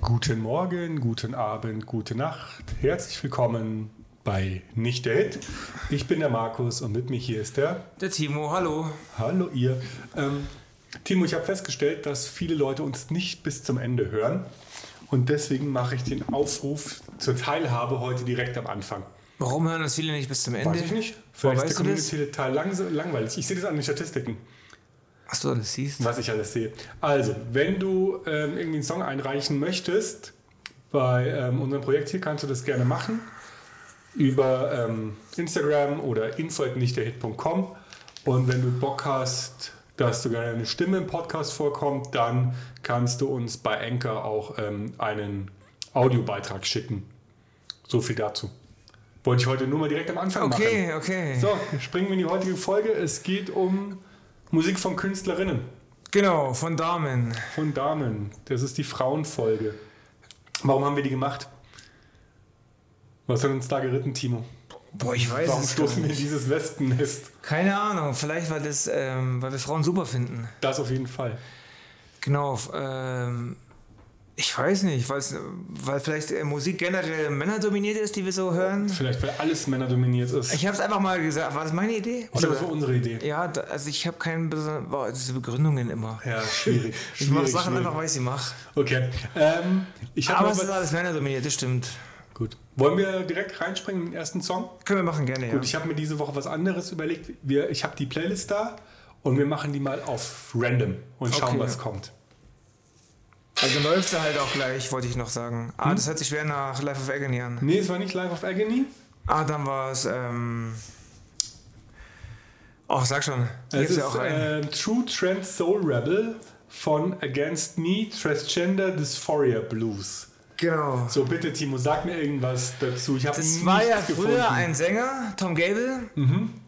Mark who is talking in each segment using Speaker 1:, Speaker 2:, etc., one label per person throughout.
Speaker 1: Guten Morgen, guten Abend, gute Nacht. Herzlich willkommen bei Nicht der Hit. Ich bin der Markus und mit mir hier ist der.
Speaker 2: Der Timo, hallo.
Speaker 1: Hallo ihr. Ähm, Timo, ich habe festgestellt, dass viele Leute uns nicht bis zum Ende hören. Und deswegen mache ich den Aufruf zur Teilhabe heute direkt am Anfang.
Speaker 2: Warum hören das viele nicht bis zum Ende?
Speaker 1: Weiß ich nicht.
Speaker 2: Woher
Speaker 1: Vielleicht ist der
Speaker 2: weißt du das?
Speaker 1: Community total lang langweilig. Ich sehe das an den Statistiken.
Speaker 2: Achso, das siehst
Speaker 1: was ich alles sehe. Also, wenn du ähm, irgendwie einen Song einreichen möchtest, bei ähm, unserem Projekt hier kannst du das gerne machen. Über ähm, Instagram oder info.nichtderhit.com. Und wenn du Bock hast, dass sogar deine Stimme im Podcast vorkommt, dann kannst du uns bei Anchor auch ähm, einen Audiobeitrag schicken. So viel dazu. Wollte ich heute nur mal direkt am Anfang machen.
Speaker 2: Okay, okay.
Speaker 1: So, springen wir in die heutige Folge. Es geht um Musik von Künstlerinnen,
Speaker 2: Genau, von Damen.
Speaker 1: von Damen. Das ist die Frauenfolge. Warum haben wir die gemacht? Was hat uns da geritten, Timo?
Speaker 2: Boah, ich weiß
Speaker 1: Warum
Speaker 2: es gar
Speaker 1: stoßen wir in
Speaker 2: nicht.
Speaker 1: dieses Wespennest?
Speaker 2: Keine Ahnung, vielleicht weil, das, ähm, weil wir Frauen super finden.
Speaker 1: Das auf jeden Fall.
Speaker 2: Genau, f- ähm, ich weiß nicht, weil's, weil vielleicht äh, Musik generell männerdominiert ist, die wir so hören.
Speaker 1: Vielleicht, weil alles männerdominiert ist.
Speaker 2: Ich habe es einfach mal gesagt. War das meine Idee?
Speaker 1: Ich glaube, das war unsere Idee.
Speaker 2: ja, da, also ich habe keinen besonderen. Wow, diese Begründungen immer.
Speaker 1: Ja, schwierig.
Speaker 2: Ich mache
Speaker 1: Schwierig,
Speaker 2: Sachen
Speaker 1: schwierig.
Speaker 2: einfach, weil ich sie mache.
Speaker 1: Okay. Ähm, ich habe
Speaker 2: Aber
Speaker 1: noch
Speaker 2: es ist
Speaker 1: was.
Speaker 2: alles männerdominiert, das stimmt.
Speaker 1: Gut. Wollen wir direkt reinspringen in den ersten Song?
Speaker 2: Können wir machen, gerne,
Speaker 1: Gut, ich habe mir diese Woche was anderes überlegt. Wir, ich habe die Playlist da und wir machen die mal auf random und schauen,
Speaker 2: Okay.
Speaker 1: was kommt.
Speaker 2: ja. Also läuft sie halt auch gleich, wollte ich noch sagen.
Speaker 1: Hm?
Speaker 2: Ah, das hört sich schwer nach Life of Agony an.
Speaker 1: Nee, es war nicht Live of Agony.
Speaker 2: Ah, dann war es, ähm... Ach, sag schon. Hier
Speaker 1: Es
Speaker 2: gibt's
Speaker 1: ist
Speaker 2: ja auch einen.
Speaker 1: äh, True Trans Soul Rebel von Against Me Transgender Dysphoria Blues.
Speaker 2: Genau.
Speaker 1: So, bitte, Timo, sag mir irgendwas dazu. Ich habe
Speaker 2: Das
Speaker 1: nichts
Speaker 2: war ja
Speaker 1: gefunden. Mhm.
Speaker 2: früher ein Sänger, Tom Gable.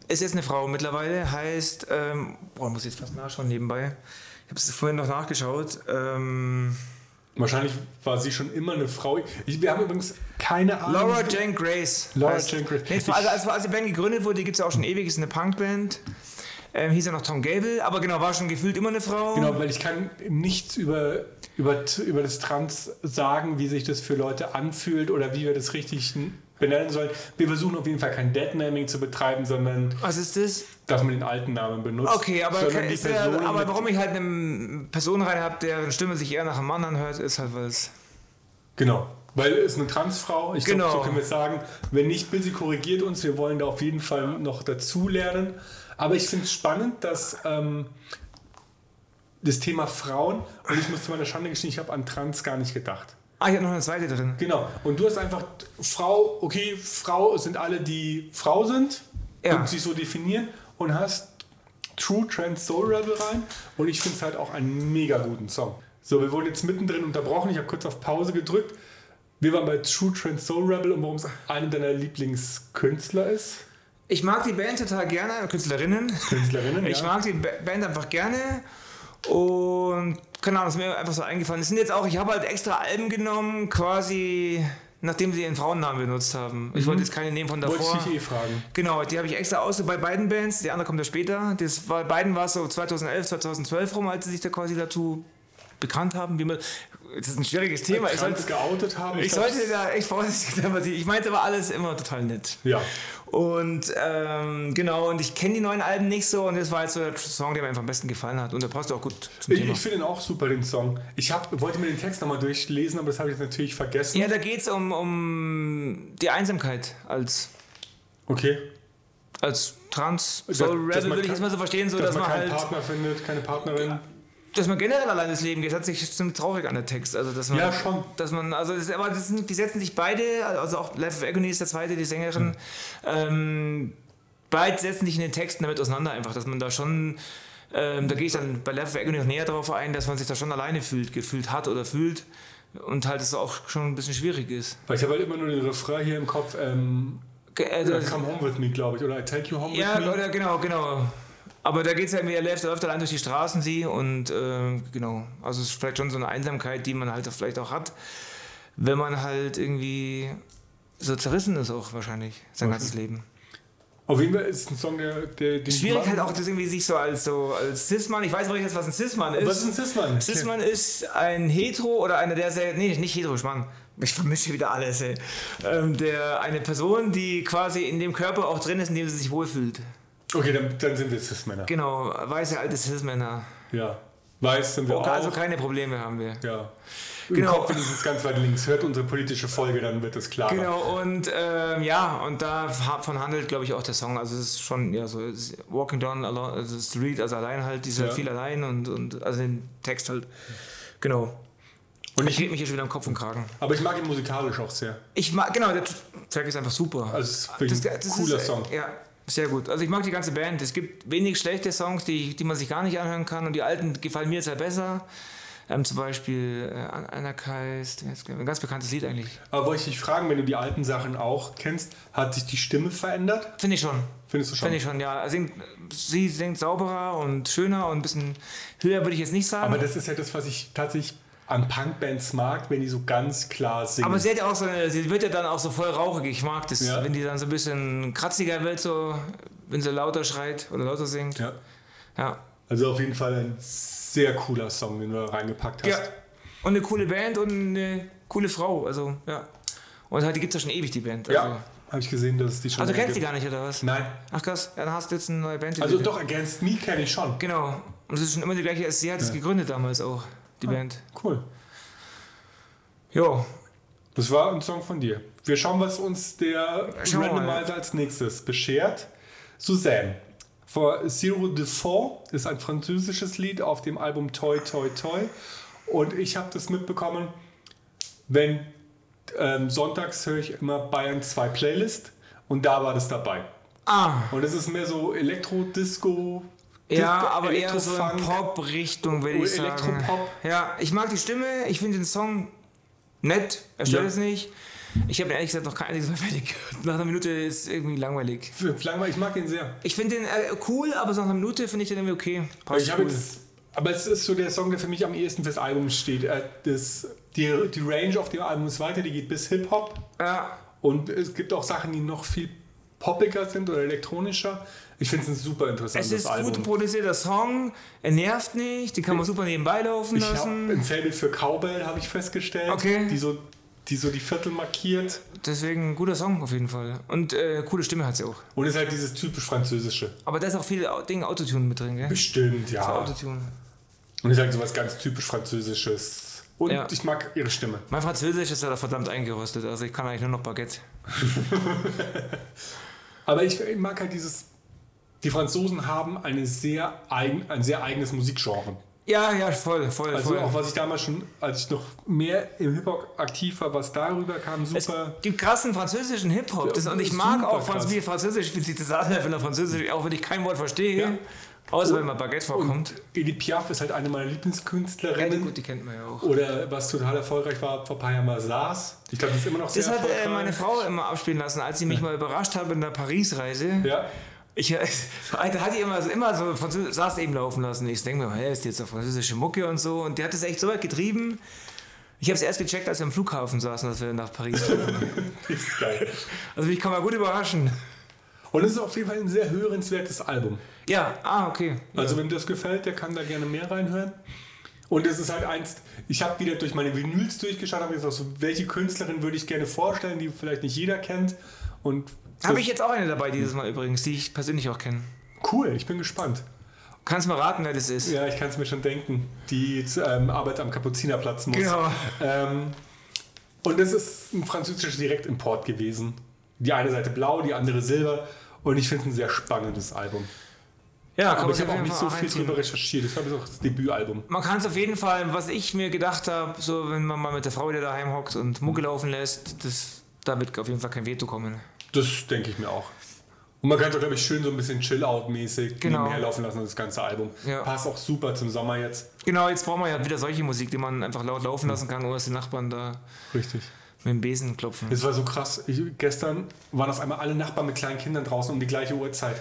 Speaker 2: Ist jetzt eine Frau mittlerweile, heißt, ähm, boah, muss ich jetzt fast nachschauen nebenbei. Ich habe es vorhin noch nachgeschaut. Ähm,
Speaker 1: Wahrscheinlich war sie schon immer eine Frau. Ich, wir haben übrigens keine Ahnung.
Speaker 2: Laura Jane Grace.
Speaker 1: Ah, Laura
Speaker 2: heißt-
Speaker 1: Jane Grace.
Speaker 2: Nee, es war- also, als, als die Band gegründet wurde, gibt es ja auch schon ewig, ist eine Punkband. Ähm, hieß ja noch Tom Gable, aber genau, war schon gefühlt immer eine Frau.
Speaker 1: Genau, weil ich kann nichts über, über, über das Trans sagen, wie sich das für Leute anfühlt oder wie wir das richtig n- benennen sollen. Wir versuchen auf jeden Fall kein Deadnaming zu betreiben, sondern
Speaker 2: Was ist das?
Speaker 1: dass man den alten Namen benutzt.
Speaker 2: Okay, aber,
Speaker 1: sondern
Speaker 2: ke-
Speaker 1: die
Speaker 2: ist ja,
Speaker 1: Personen
Speaker 2: aber
Speaker 1: mit-
Speaker 2: warum ich halt eine Person rein habe, deren Stimme sich eher nach einem Mann anhört, ist halt was.
Speaker 1: Genau. Weil es eine Transfrau, ich glaube,
Speaker 2: Genau.
Speaker 1: so können wir es sagen. Wenn nicht, bitte korrigiert uns. Wir wollen da auf jeden Fall noch dazu lernen. Aber ich finde es spannend, dass ähm, das Thema Frauen, und ich muss zu meiner Schande gestehen, ich habe an Trans gar nicht gedacht.
Speaker 2: Ah, ich habe noch eine zweite drin.
Speaker 1: Genau. Und du hast einfach Frau, okay, Frau sind alle, die Frau sind
Speaker 2: Ja.
Speaker 1: und sie so definieren und hast True Trans Soul Rebel rein. Und ich finde es halt auch einen mega guten Song. So, wir wurden jetzt mittendrin unterbrochen. Ich habe kurz auf Pause gedrückt. Wir waren bei True Trans Soul Rebel und warum es eine deiner Lieblingskünstler ist.
Speaker 2: Ich mag die Band total gerne, Künstlerinnen.
Speaker 1: Künstlerinnen.
Speaker 2: Ich
Speaker 1: ja.
Speaker 2: mag die Ba- Band einfach gerne und keine Ahnung, ist mir einfach so eingefallen. Es sind jetzt auch, ich habe halt extra Alben genommen, quasi nachdem sie ihren Frauennamen benutzt haben. Ich wollte jetzt keine nehmen von davor.
Speaker 1: Mhm. Wollte ich dich eh fragen.
Speaker 2: Genau, die habe ich extra aus bei beiden Bands. Die andere kommt ja später. Das war, beiden war es so 2011, 2012 rum, als sie sich da quasi dazu bekannt haben. Wie man, das ist ein schwieriges Thema. Ich
Speaker 1: Trans
Speaker 2: sollte,
Speaker 1: geoutet haben.
Speaker 2: ich
Speaker 1: glaub,
Speaker 2: sollte da echt vorsichtig sein, was ich, ich meinte aber alles immer total nett.
Speaker 1: Ja.
Speaker 2: Und ähm, genau, und ich kenne die neuen Alben nicht so und das war jetzt so der Song, der mir einfach am besten gefallen hat. Und der passt auch gut zum
Speaker 1: Ich,
Speaker 2: Thema.
Speaker 1: ich finde ihn auch super, den Song. Ich hab, wollte mir den Text nochmal durchlesen, aber das habe ich jetzt natürlich vergessen.
Speaker 2: Ja, da geht es um, um die Einsamkeit als,
Speaker 1: Okay.
Speaker 2: als Trans.
Speaker 1: Dass-
Speaker 2: So
Speaker 1: dass
Speaker 2: Rebel
Speaker 1: man
Speaker 2: würde ich
Speaker 1: kein-
Speaker 2: jetzt mal so verstehen, so,
Speaker 1: dass,
Speaker 2: dass,
Speaker 1: man
Speaker 2: man
Speaker 1: keinen
Speaker 2: halt.
Speaker 1: Partner findet, keine Partnerin.
Speaker 2: Dass man generell allein das Leben geht, hat sich bestimmt traurig an der Text. Also, dass man,
Speaker 1: Ja, schon.
Speaker 2: Dass man, also, das, aber das sind, die setzen sich beide, also auch Life of Agony ist der zweite, die Sängerin,
Speaker 1: Hm.
Speaker 2: ähm, beide setzen sich in den Texten damit auseinander einfach, dass man da schon, ähm, da gehe ich dann bei Life of Agony noch näher darauf ein, dass man sich da schon alleine fühlt, gefühlt hat oder fühlt und halt es auch schon ein bisschen schwierig ist.
Speaker 1: Weil ich habe halt immer nur den Refrain hier im Kopf. Ähm,
Speaker 2: Ge- äh,
Speaker 1: oder
Speaker 2: das-
Speaker 1: come home with me, glaube ich. Oder I take you home
Speaker 2: ja,
Speaker 1: with me.
Speaker 2: oder genau, genau. Aber da halt geht es ja irgendwie, er läuft, er läuft allein durch die Straßen, sie und äh, genau. Also es ist vielleicht schon so eine Einsamkeit, die man halt auch vielleicht auch hat, wenn man halt irgendwie so zerrissen ist auch wahrscheinlich, sein ganzes Leben.
Speaker 1: Auf jeden Fall ist es ein Song, der, der den
Speaker 2: Schwierig
Speaker 1: ich mag.
Speaker 2: halt auch das irgendwie sich so als so als Cis-Mann. Ich weiß aber nicht jetzt, was ein Cis-Mann ist.
Speaker 1: Was ist ein Cis-Mann?
Speaker 2: Cis-Mann ist ein Hetero oder einer der sehr. Nee, nicht Hetero, Mann. Ich vermische wieder alles, ey. Ähm, der, eine Person, die quasi in dem Körper auch drin ist, in dem sie sich wohlfühlt.
Speaker 1: Okay, dann, dann sind wir Cis-Männer.
Speaker 2: Genau, weiße alte Cis-Männer.
Speaker 1: Ja. Weiß sind wir auch.
Speaker 2: Also keine Probleme haben wir.
Speaker 1: ja. Im
Speaker 2: Genau.
Speaker 1: Kopf ist es ganz weit links. Hört unsere politische Folge, dann wird es klarer.
Speaker 2: Genau, und ähm, ja, und davon handelt, glaube ich, auch der Song. Also es ist schon, ja, so es ist Walking Down alone, also Street, also allein halt, die ist
Speaker 1: Ja.
Speaker 2: halt viel allein und, und also den Text halt. Genau. Und ich rede mich hier schon wieder am Kopf und Kragen.
Speaker 1: Aber ich mag ihn musikalisch auch sehr.
Speaker 2: Ich mag, genau, der Track ist einfach super.
Speaker 1: Also es ist wirklich ein cooler
Speaker 2: ist, äh,
Speaker 1: Song.
Speaker 2: Ja, sehr gut. Also ich mag die ganze Band. Es gibt wenig schlechte Songs, die, die man sich gar nicht anhören kann. Und die alten gefallen mir sehr besser. Ähm, zum Beispiel äh, An- Anarchist, ein ganz bekanntes Lied eigentlich.
Speaker 1: Aber wollte ich dich fragen, wenn du die alten Sachen auch kennst, hat sich die Stimme verändert?
Speaker 2: Finde ich schon.
Speaker 1: Findest du schon?
Speaker 2: Finde ich schon, ja. Singt, sie singt sauberer und schöner und ein bisschen höher würde ich jetzt nicht sagen.
Speaker 1: Aber
Speaker 2: Aber,
Speaker 1: das ist ja das, was ich tatsächlich an Punkbands mag, wenn die so ganz klar singen.
Speaker 2: sie hat ja auch so eine, sie wird ja dann auch so voll rauchig. Ich mag das,
Speaker 1: Ja.
Speaker 2: wenn die dann so ein bisschen kratziger wird, so wenn sie lauter schreit oder lauter singt.
Speaker 1: ja.
Speaker 2: Ja.
Speaker 1: Also auf jeden Fall ein sehr cooler Song, den du da reingepackt hast.
Speaker 2: ja. Und eine coole Band und eine coole Frau. Also, ja. Und halt, die gibt es ja schon ewig, die Band. Also,
Speaker 1: Ja, habe ich gesehen, dass es die schon
Speaker 2: also du kennst die
Speaker 1: gibt.
Speaker 2: gar nicht, oder was?
Speaker 1: Nein.
Speaker 2: Ach krass, ja, dann hast du jetzt eine neue Band. die
Speaker 1: Also
Speaker 2: du-
Speaker 1: doch, Against Me kenne ich schon.
Speaker 2: Genau. Und es ist schon immer die gleiche, sie hat es gegründet damals auch, die Band.
Speaker 1: Cool.
Speaker 2: Jo,
Speaker 1: Das war ein Song von dir. Wir schauen, was uns der
Speaker 2: Schauen wir mal,
Speaker 1: Randomizer als nächstes beschert. Suzanne. For Zero de Fond ist ein französisches Lied auf dem Album Toy Toy Toy. Und ich habe das mitbekommen, wenn ähm, sonntags höre ich immer Bayern 2 Playlist und da war das dabei.
Speaker 2: Ah,
Speaker 1: Und es ist mehr so Elektro-Disco.
Speaker 2: Ja,
Speaker 1: Disco-
Speaker 2: aber eher so in
Speaker 1: Elektrofunk.
Speaker 2: Pop-Richtung, würde ich
Speaker 1: Oder
Speaker 2: sagen.
Speaker 1: Elektropop.
Speaker 2: Ja, ich mag die Stimme, ich finde den Song nett, er stört
Speaker 1: Ja.
Speaker 2: es nicht. Ich habe ihn ehrlich gesagt noch kein einziges Mal fertig gehört. Nach einer Minute ist irgendwie langweilig.
Speaker 1: Langweilig, ich mag den sehr.
Speaker 2: Ich finde den äh, cool, aber so nach einer Minute finde ich den irgendwie okay. Passt
Speaker 1: ich habe
Speaker 2: cool.
Speaker 1: jetzt, aber es ist so der Song, der für mich am ehesten fürs Album steht. Äh, Das, die, die Range auf dem Album ist weiter, die geht bis Hip-Hop.
Speaker 2: Ja,
Speaker 1: Und es gibt auch Sachen, die noch viel poppiger sind oder elektronischer. Ich finde es ein super interessantes
Speaker 2: es ist
Speaker 1: Album.
Speaker 2: gut produzierter Song, er nervt nicht, den kann man super nebenbei laufen
Speaker 1: ich habe
Speaker 2: lassen.
Speaker 1: ein Fable für Cowbell, habe ich festgestellt,
Speaker 2: Okay.
Speaker 1: die, so, die so die Viertel markiert.
Speaker 2: Deswegen ein guter Song auf jeden Fall. Und äh, coole Stimme hat sie auch.
Speaker 1: Und ist halt dieses typisch Französische.
Speaker 2: Aber da ist auch viel Au- Ding Autotune mit drin, gell?
Speaker 1: Bestimmt, ja.
Speaker 2: Autotune.
Speaker 1: Und ist halt so was ganz typisch Französisches. Und
Speaker 2: Ja.
Speaker 1: ich mag ihre Stimme.
Speaker 2: Mein Französisch ist leider verdammt eingerostet, also ich kann eigentlich nur noch Baguette.
Speaker 1: Aber ich mag halt dieses. Die Franzosen haben eine sehr eigen, ein sehr eigenes Musikgenre.
Speaker 2: Ja, ja, voll, voll,
Speaker 1: Also
Speaker 2: voll.
Speaker 1: auch was ich damals schon, als ich noch mehr im Hip-Hop aktiv war, was darüber kam,
Speaker 2: es
Speaker 1: super.
Speaker 2: gibt krassen französischen Hip-Hop. Das- Und ich mag
Speaker 1: super
Speaker 2: auch Franz
Speaker 1: krass.
Speaker 2: wie Französisch, wie sie das anhört, wenn er Französisch, auch wenn ich kein Wort verstehe.
Speaker 1: Ja.
Speaker 2: Außer wenn mal Baguette vorkommt.
Speaker 1: Edith Piaf ist halt eine meiner
Speaker 2: Ja, die,
Speaker 1: Lieblingskünstlerinnen.
Speaker 2: gut, die kennt man ja auch.
Speaker 1: Oder was total erfolgreich war, vor ein paar Jahren mal Saas. Ich glaube, die ist immer noch sehr
Speaker 2: Das hat
Speaker 1: erfolgreich.
Speaker 2: äh, meine Frau immer abspielen lassen, als sie mich mal überrascht hat in der Paris-Reise.
Speaker 1: ja.
Speaker 2: Ich, äh, Alter, hat die immer, so- immer so Französisch, saß eben laufen lassen. Ich denke mir, hey, ist die jetzt auf französische Mucke und so. Und die hat es echt so weit getrieben. Ich habe es erst gecheckt, als wir am Flughafen saßen, dass wir nach Paris fuhren.
Speaker 1: die ist geil.
Speaker 2: Also mich kann man gut überraschen.
Speaker 1: Und es ist auf jeden Fall ein sehr hörenswertes Album.
Speaker 2: Ja, ah, okay.
Speaker 1: Also wenn das gefällt, der kann da gerne mehr reinhören. Und es ist halt eins, ich habe wieder durch meine Vinyls durchgeschaut, habe gesagt, so, welche Künstlerin würde ich gerne vorstellen, die vielleicht nicht jeder kennt. Und
Speaker 2: Habe ich jetzt auch eine dabei dieses Mal übrigens, die ich persönlich auch kenne.
Speaker 1: cool, ich bin gespannt.
Speaker 2: Kannst mal raten, wer das ist.
Speaker 1: Ja, ich kann es mir schon denken, die jetzt, ähm, Arbeit am Kapuzinerplatz muss.
Speaker 2: Genau.
Speaker 1: Ähm, und es ist ein französisches Direktimport gewesen. Die eine Seite blau, die andere silber. Und ich finde es ein sehr spannendes Album.
Speaker 2: Ja,
Speaker 1: Aber ich
Speaker 2: kann
Speaker 1: habe auch
Speaker 2: man
Speaker 1: nicht
Speaker 2: auf
Speaker 1: so
Speaker 2: jeden Fall
Speaker 1: viel
Speaker 2: reinziehen.
Speaker 1: drüber recherchiert. Ich glaube, es ist auch das Debütalbum.
Speaker 2: Man kann es auf jeden Fall, was ich mir gedacht habe, so wenn man mal mit der Frau wieder daheim hockt und Mucke
Speaker 1: Mhm.
Speaker 2: laufen lässt, das, da wird auf jeden Fall kein Veto kommen.
Speaker 1: Das denke ich mir auch. Und man kann es auch, glaube ich, schön so ein bisschen Chill-Out-mäßig
Speaker 2: Genau.
Speaker 1: nebenher laufen lassen, das ganze Album.
Speaker 2: Ja.
Speaker 1: Passt auch super zum Sommer jetzt.
Speaker 2: Genau, jetzt brauchen wir ja wieder solche Musik, die man einfach laut
Speaker 1: Mhm.
Speaker 2: laufen lassen kann, ohne dass die Nachbarn da
Speaker 1: Richtig.
Speaker 2: mit dem Besen klopfen.
Speaker 1: Es war so krass. Ich, gestern waren auf einmal alle Nachbarn mit kleinen Kindern draußen um die gleiche Uhrzeit.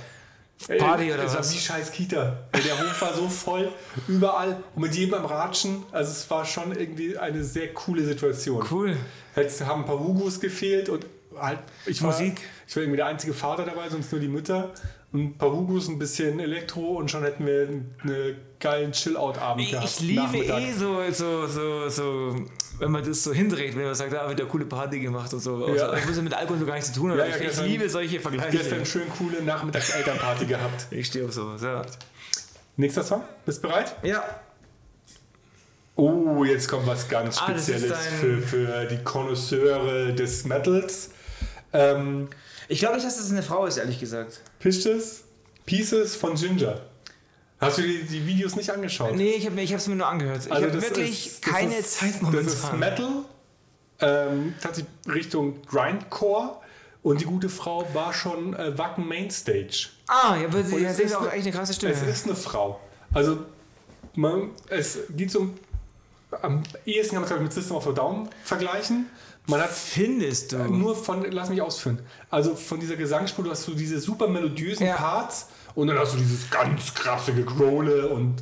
Speaker 2: Party
Speaker 1: Ey,
Speaker 2: oder
Speaker 1: es war
Speaker 2: was?
Speaker 1: wie scheiß Kita. Ey, Der Hof war so voll, überall und mit jedem am Ratschen. Also es war schon irgendwie eine sehr coole Situation.
Speaker 2: Cool.
Speaker 1: Jetzt haben ein paar Hugos gefehlt und halt, ich war,
Speaker 2: Musik.
Speaker 1: Ich war irgendwie der einzige Vater dabei, sonst nur die Mütter. Ein paar Hugos, ein bisschen Elektro und schon hätten wir einen geilen Chill-Out-Abend
Speaker 2: Ich,
Speaker 1: gehabt.
Speaker 2: ich liebe
Speaker 1: Nachmittag.
Speaker 2: eh so, so, so, so, wenn man das so hindreht, wenn man sagt, da ah, wird eine coole Party gemacht und so.
Speaker 1: Ja.
Speaker 2: Also, das muss ja mit Alkohol so gar nichts zu tun haben.
Speaker 1: Ja,
Speaker 2: ich,
Speaker 1: ja, gestern-
Speaker 2: ich liebe solche
Speaker 1: Gestern
Speaker 2: Vergleiche.
Speaker 1: schön coole Nachmittags-Elternparty gehabt.
Speaker 2: Ich stehe auf sowas, ja.
Speaker 1: Nächster Song? Bist bereit?
Speaker 2: Ja,
Speaker 1: Oh, jetzt kommt was ganz
Speaker 2: Ah, das ist
Speaker 1: Spezielles
Speaker 2: ein-
Speaker 1: für, für die Konnoisseure des Metals. Ähm,
Speaker 2: ich glaube nicht, dass das eine Frau ist, ehrlich gesagt.
Speaker 1: Pistes, Pieces von Ginger. Hast du die, die Videos nicht angeschaut?
Speaker 2: Nee, ich habe ich hab's mir nur angehört. Ich habe
Speaker 1: Also das
Speaker 2: wirklich
Speaker 1: ist- das
Speaker 2: keine
Speaker 1: ist-
Speaker 2: Zeit
Speaker 1: Das ist
Speaker 2: momentan.
Speaker 1: Metal, ähm, tatsächlich Richtung Grindcore. Und die gute Frau war schon äh, Wacken Mainstage.
Speaker 2: Ah, ja, aber
Speaker 1: Und
Speaker 2: sie
Speaker 1: es
Speaker 2: hat eben
Speaker 1: ist
Speaker 2: auch
Speaker 1: eine-
Speaker 2: echt eine krasse Stimme.
Speaker 1: Es ist eine Frau. Also, man, es geht so am ehesten kann man es mit System of a Down vergleichen. Man hat
Speaker 2: Findest du?
Speaker 1: nur von, lass mich ausführen, also von dieser Gesangsspur, du hast so diese super melodiösen
Speaker 2: Ja.
Speaker 1: Parts und dann hast du dieses ganz krasse Gegrole und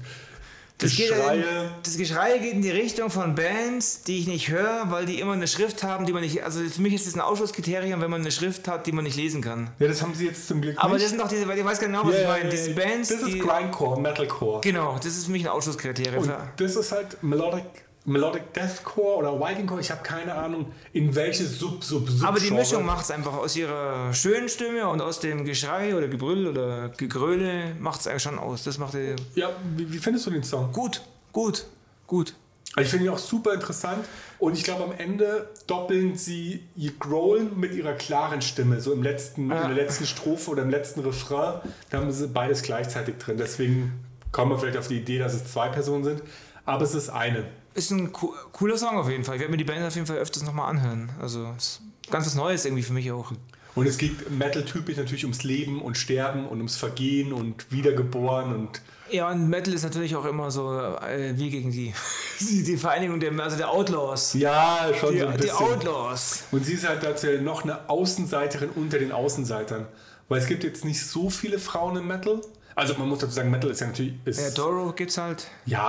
Speaker 2: Das, geht ja in,
Speaker 1: Geschreie.
Speaker 2: das Geschrei geht in die Richtung von Bands, die ich nicht höre, weil die immer eine Schrift haben, die man nicht. Also für mich ist das ein Ausschlusskriterium, wenn man eine Schrift hat, die man nicht lesen kann.
Speaker 1: Ja, das haben sie jetzt zum Glück
Speaker 2: Aber
Speaker 1: nicht.
Speaker 2: das sind doch diese, weil ich weiß genau, was
Speaker 1: Ja,
Speaker 2: ich
Speaker 1: ja,
Speaker 2: meine.
Speaker 1: ja,
Speaker 2: Diese
Speaker 1: ja.
Speaker 2: Bands,
Speaker 1: Das ist
Speaker 2: die.
Speaker 1: Grindcore, Metalcore.
Speaker 2: Genau, das ist für mich ein Ausschlusskriterium.
Speaker 1: Und das ist halt Melodic, Melodic Deathcore oder Vikingcore, ich habe keine Ahnung, in welche Sub, Sub, Sub.
Speaker 2: Aber die Mischung macht es einfach aus ihrer schönen Stimme und aus dem Geschrei oder Gebrüll oder Gegröle macht es eigentlich schon aus. Das macht ihr
Speaker 1: Ja, wie, wie findest du den Song?
Speaker 2: gut, gut, gut.
Speaker 1: Also ich finde ihn auch super interessant und ich glaube am Ende doppeln sie ihr Growlen mit ihrer klaren Stimme, so im letzten,
Speaker 2: Ja.
Speaker 1: in der letzten Strophe oder im letzten Refrain, da haben sie beides gleichzeitig drin. Deswegen kommen wir vielleicht auf die Idee, dass es zwei Personen sind, aber es ist eine.
Speaker 2: Ist ein co cooler Song auf jeden Fall. Ich werde mir die Band auf jeden Fall öfters nochmal anhören. Also ist ganz was Neues irgendwie für mich auch.
Speaker 1: Und es geht Metal-typisch natürlich ums Leben und Sterben und ums Vergehen und Wiedergeboren und
Speaker 2: Ja, und Metal ist natürlich auch immer so äh, wie gegen die, die, die Vereinigung der, also der Outlaws.
Speaker 1: ja, schon so
Speaker 2: Die,
Speaker 1: ein
Speaker 2: die
Speaker 1: bisschen.
Speaker 2: Outlaws.
Speaker 1: Und sie ist halt dazu noch eine Außenseiterin unter den Außenseitern. Weil es gibt jetzt nicht so viele Frauen im Metal. Also man muss dazu sagen, Metal ist ja natürlich.
Speaker 2: Ja,
Speaker 1: Ist, ja,
Speaker 2: Doro gibt's halt.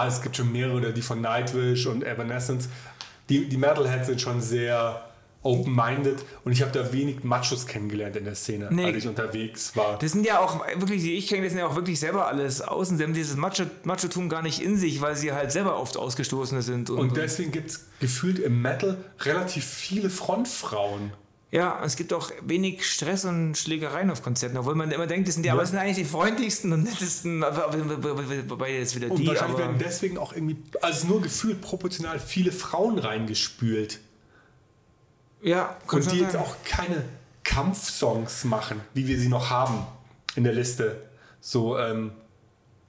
Speaker 1: es gibt schon mehrere, oder die von Nightwish und Evanescence. Die, die Metalheads sind schon sehr open-minded und ich habe da wenig Machos kennengelernt in der Szene,
Speaker 2: Nee.
Speaker 1: als ich unterwegs war.
Speaker 2: Das sind ja auch wirklich, die ich kenne, das sind ja auch wirklich selber alles außen. Sie haben dieses Macho- Macho-Tum gar nicht in sich, weil sie halt selber oft Ausgestoßene sind. Und,
Speaker 1: Und äh, deswegen gibt es gefühlt im Metal relativ viele Frontfrauen.
Speaker 2: ja, es gibt auch wenig Stress und Schlägereien auf Konzerten, obwohl man immer denkt, das sind die, aber das sind eigentlich die freundlichsten und nettesten, aber- aber- aber- aber- wobei jetzt wieder
Speaker 1: Und
Speaker 2: die,
Speaker 1: wahrscheinlich
Speaker 2: aber
Speaker 1: werden deswegen auch irgendwie, also nur gefühlt proportional viele Frauen reingespült.
Speaker 2: ja, kann
Speaker 1: Und
Speaker 2: schon
Speaker 1: die jetzt
Speaker 2: sein.
Speaker 1: auch keine Kampfsongs machen, wie wir sie noch haben in der Liste. So, ähm,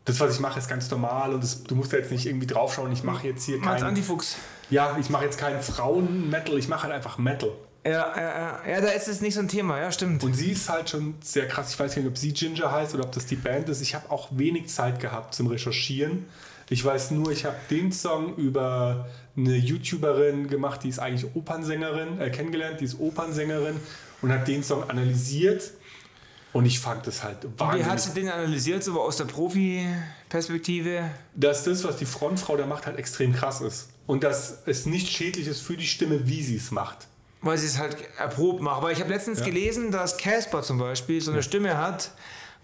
Speaker 1: das, was ich mache, ist ganz normal und das, du musst da jetzt nicht irgendwie draufschauen, ich mache jetzt hier
Speaker 2: Mats
Speaker 1: keinen.
Speaker 2: Antifuchs.
Speaker 1: Ja, ich mache jetzt keinen Frauen-Metal, ich mache halt einfach Metal.
Speaker 2: Ja, ja, ja, ja, da ist es nicht so ein Thema, ja, stimmt.
Speaker 1: Und sie ist halt schon sehr krass. Ich weiß nicht, ob sie Ginger heißt oder ob das die Band ist. Ich habe auch wenig Zeit gehabt zum Recherchieren. Ich weiß nur, ich habe den Song über eine YouTuberin gemacht, die ist eigentlich Opernsängerin, äh, kennengelernt, die ist Opernsängerin und hat den Song analysiert. Und ich fand das halt
Speaker 2: Wie hast
Speaker 1: wahnsinnig.
Speaker 2: du den analysiert, so aus der Profi-Perspektive?
Speaker 1: Dass das, was die Frontfrau da macht, halt extrem krass ist. Und dass es nicht schädlich ist für die Stimme, wie sie es macht.
Speaker 2: Weil sie es halt erprobt machen. Weil ich habe letztens gelesen, dass Casper zum Beispiel so eine Stimme hat,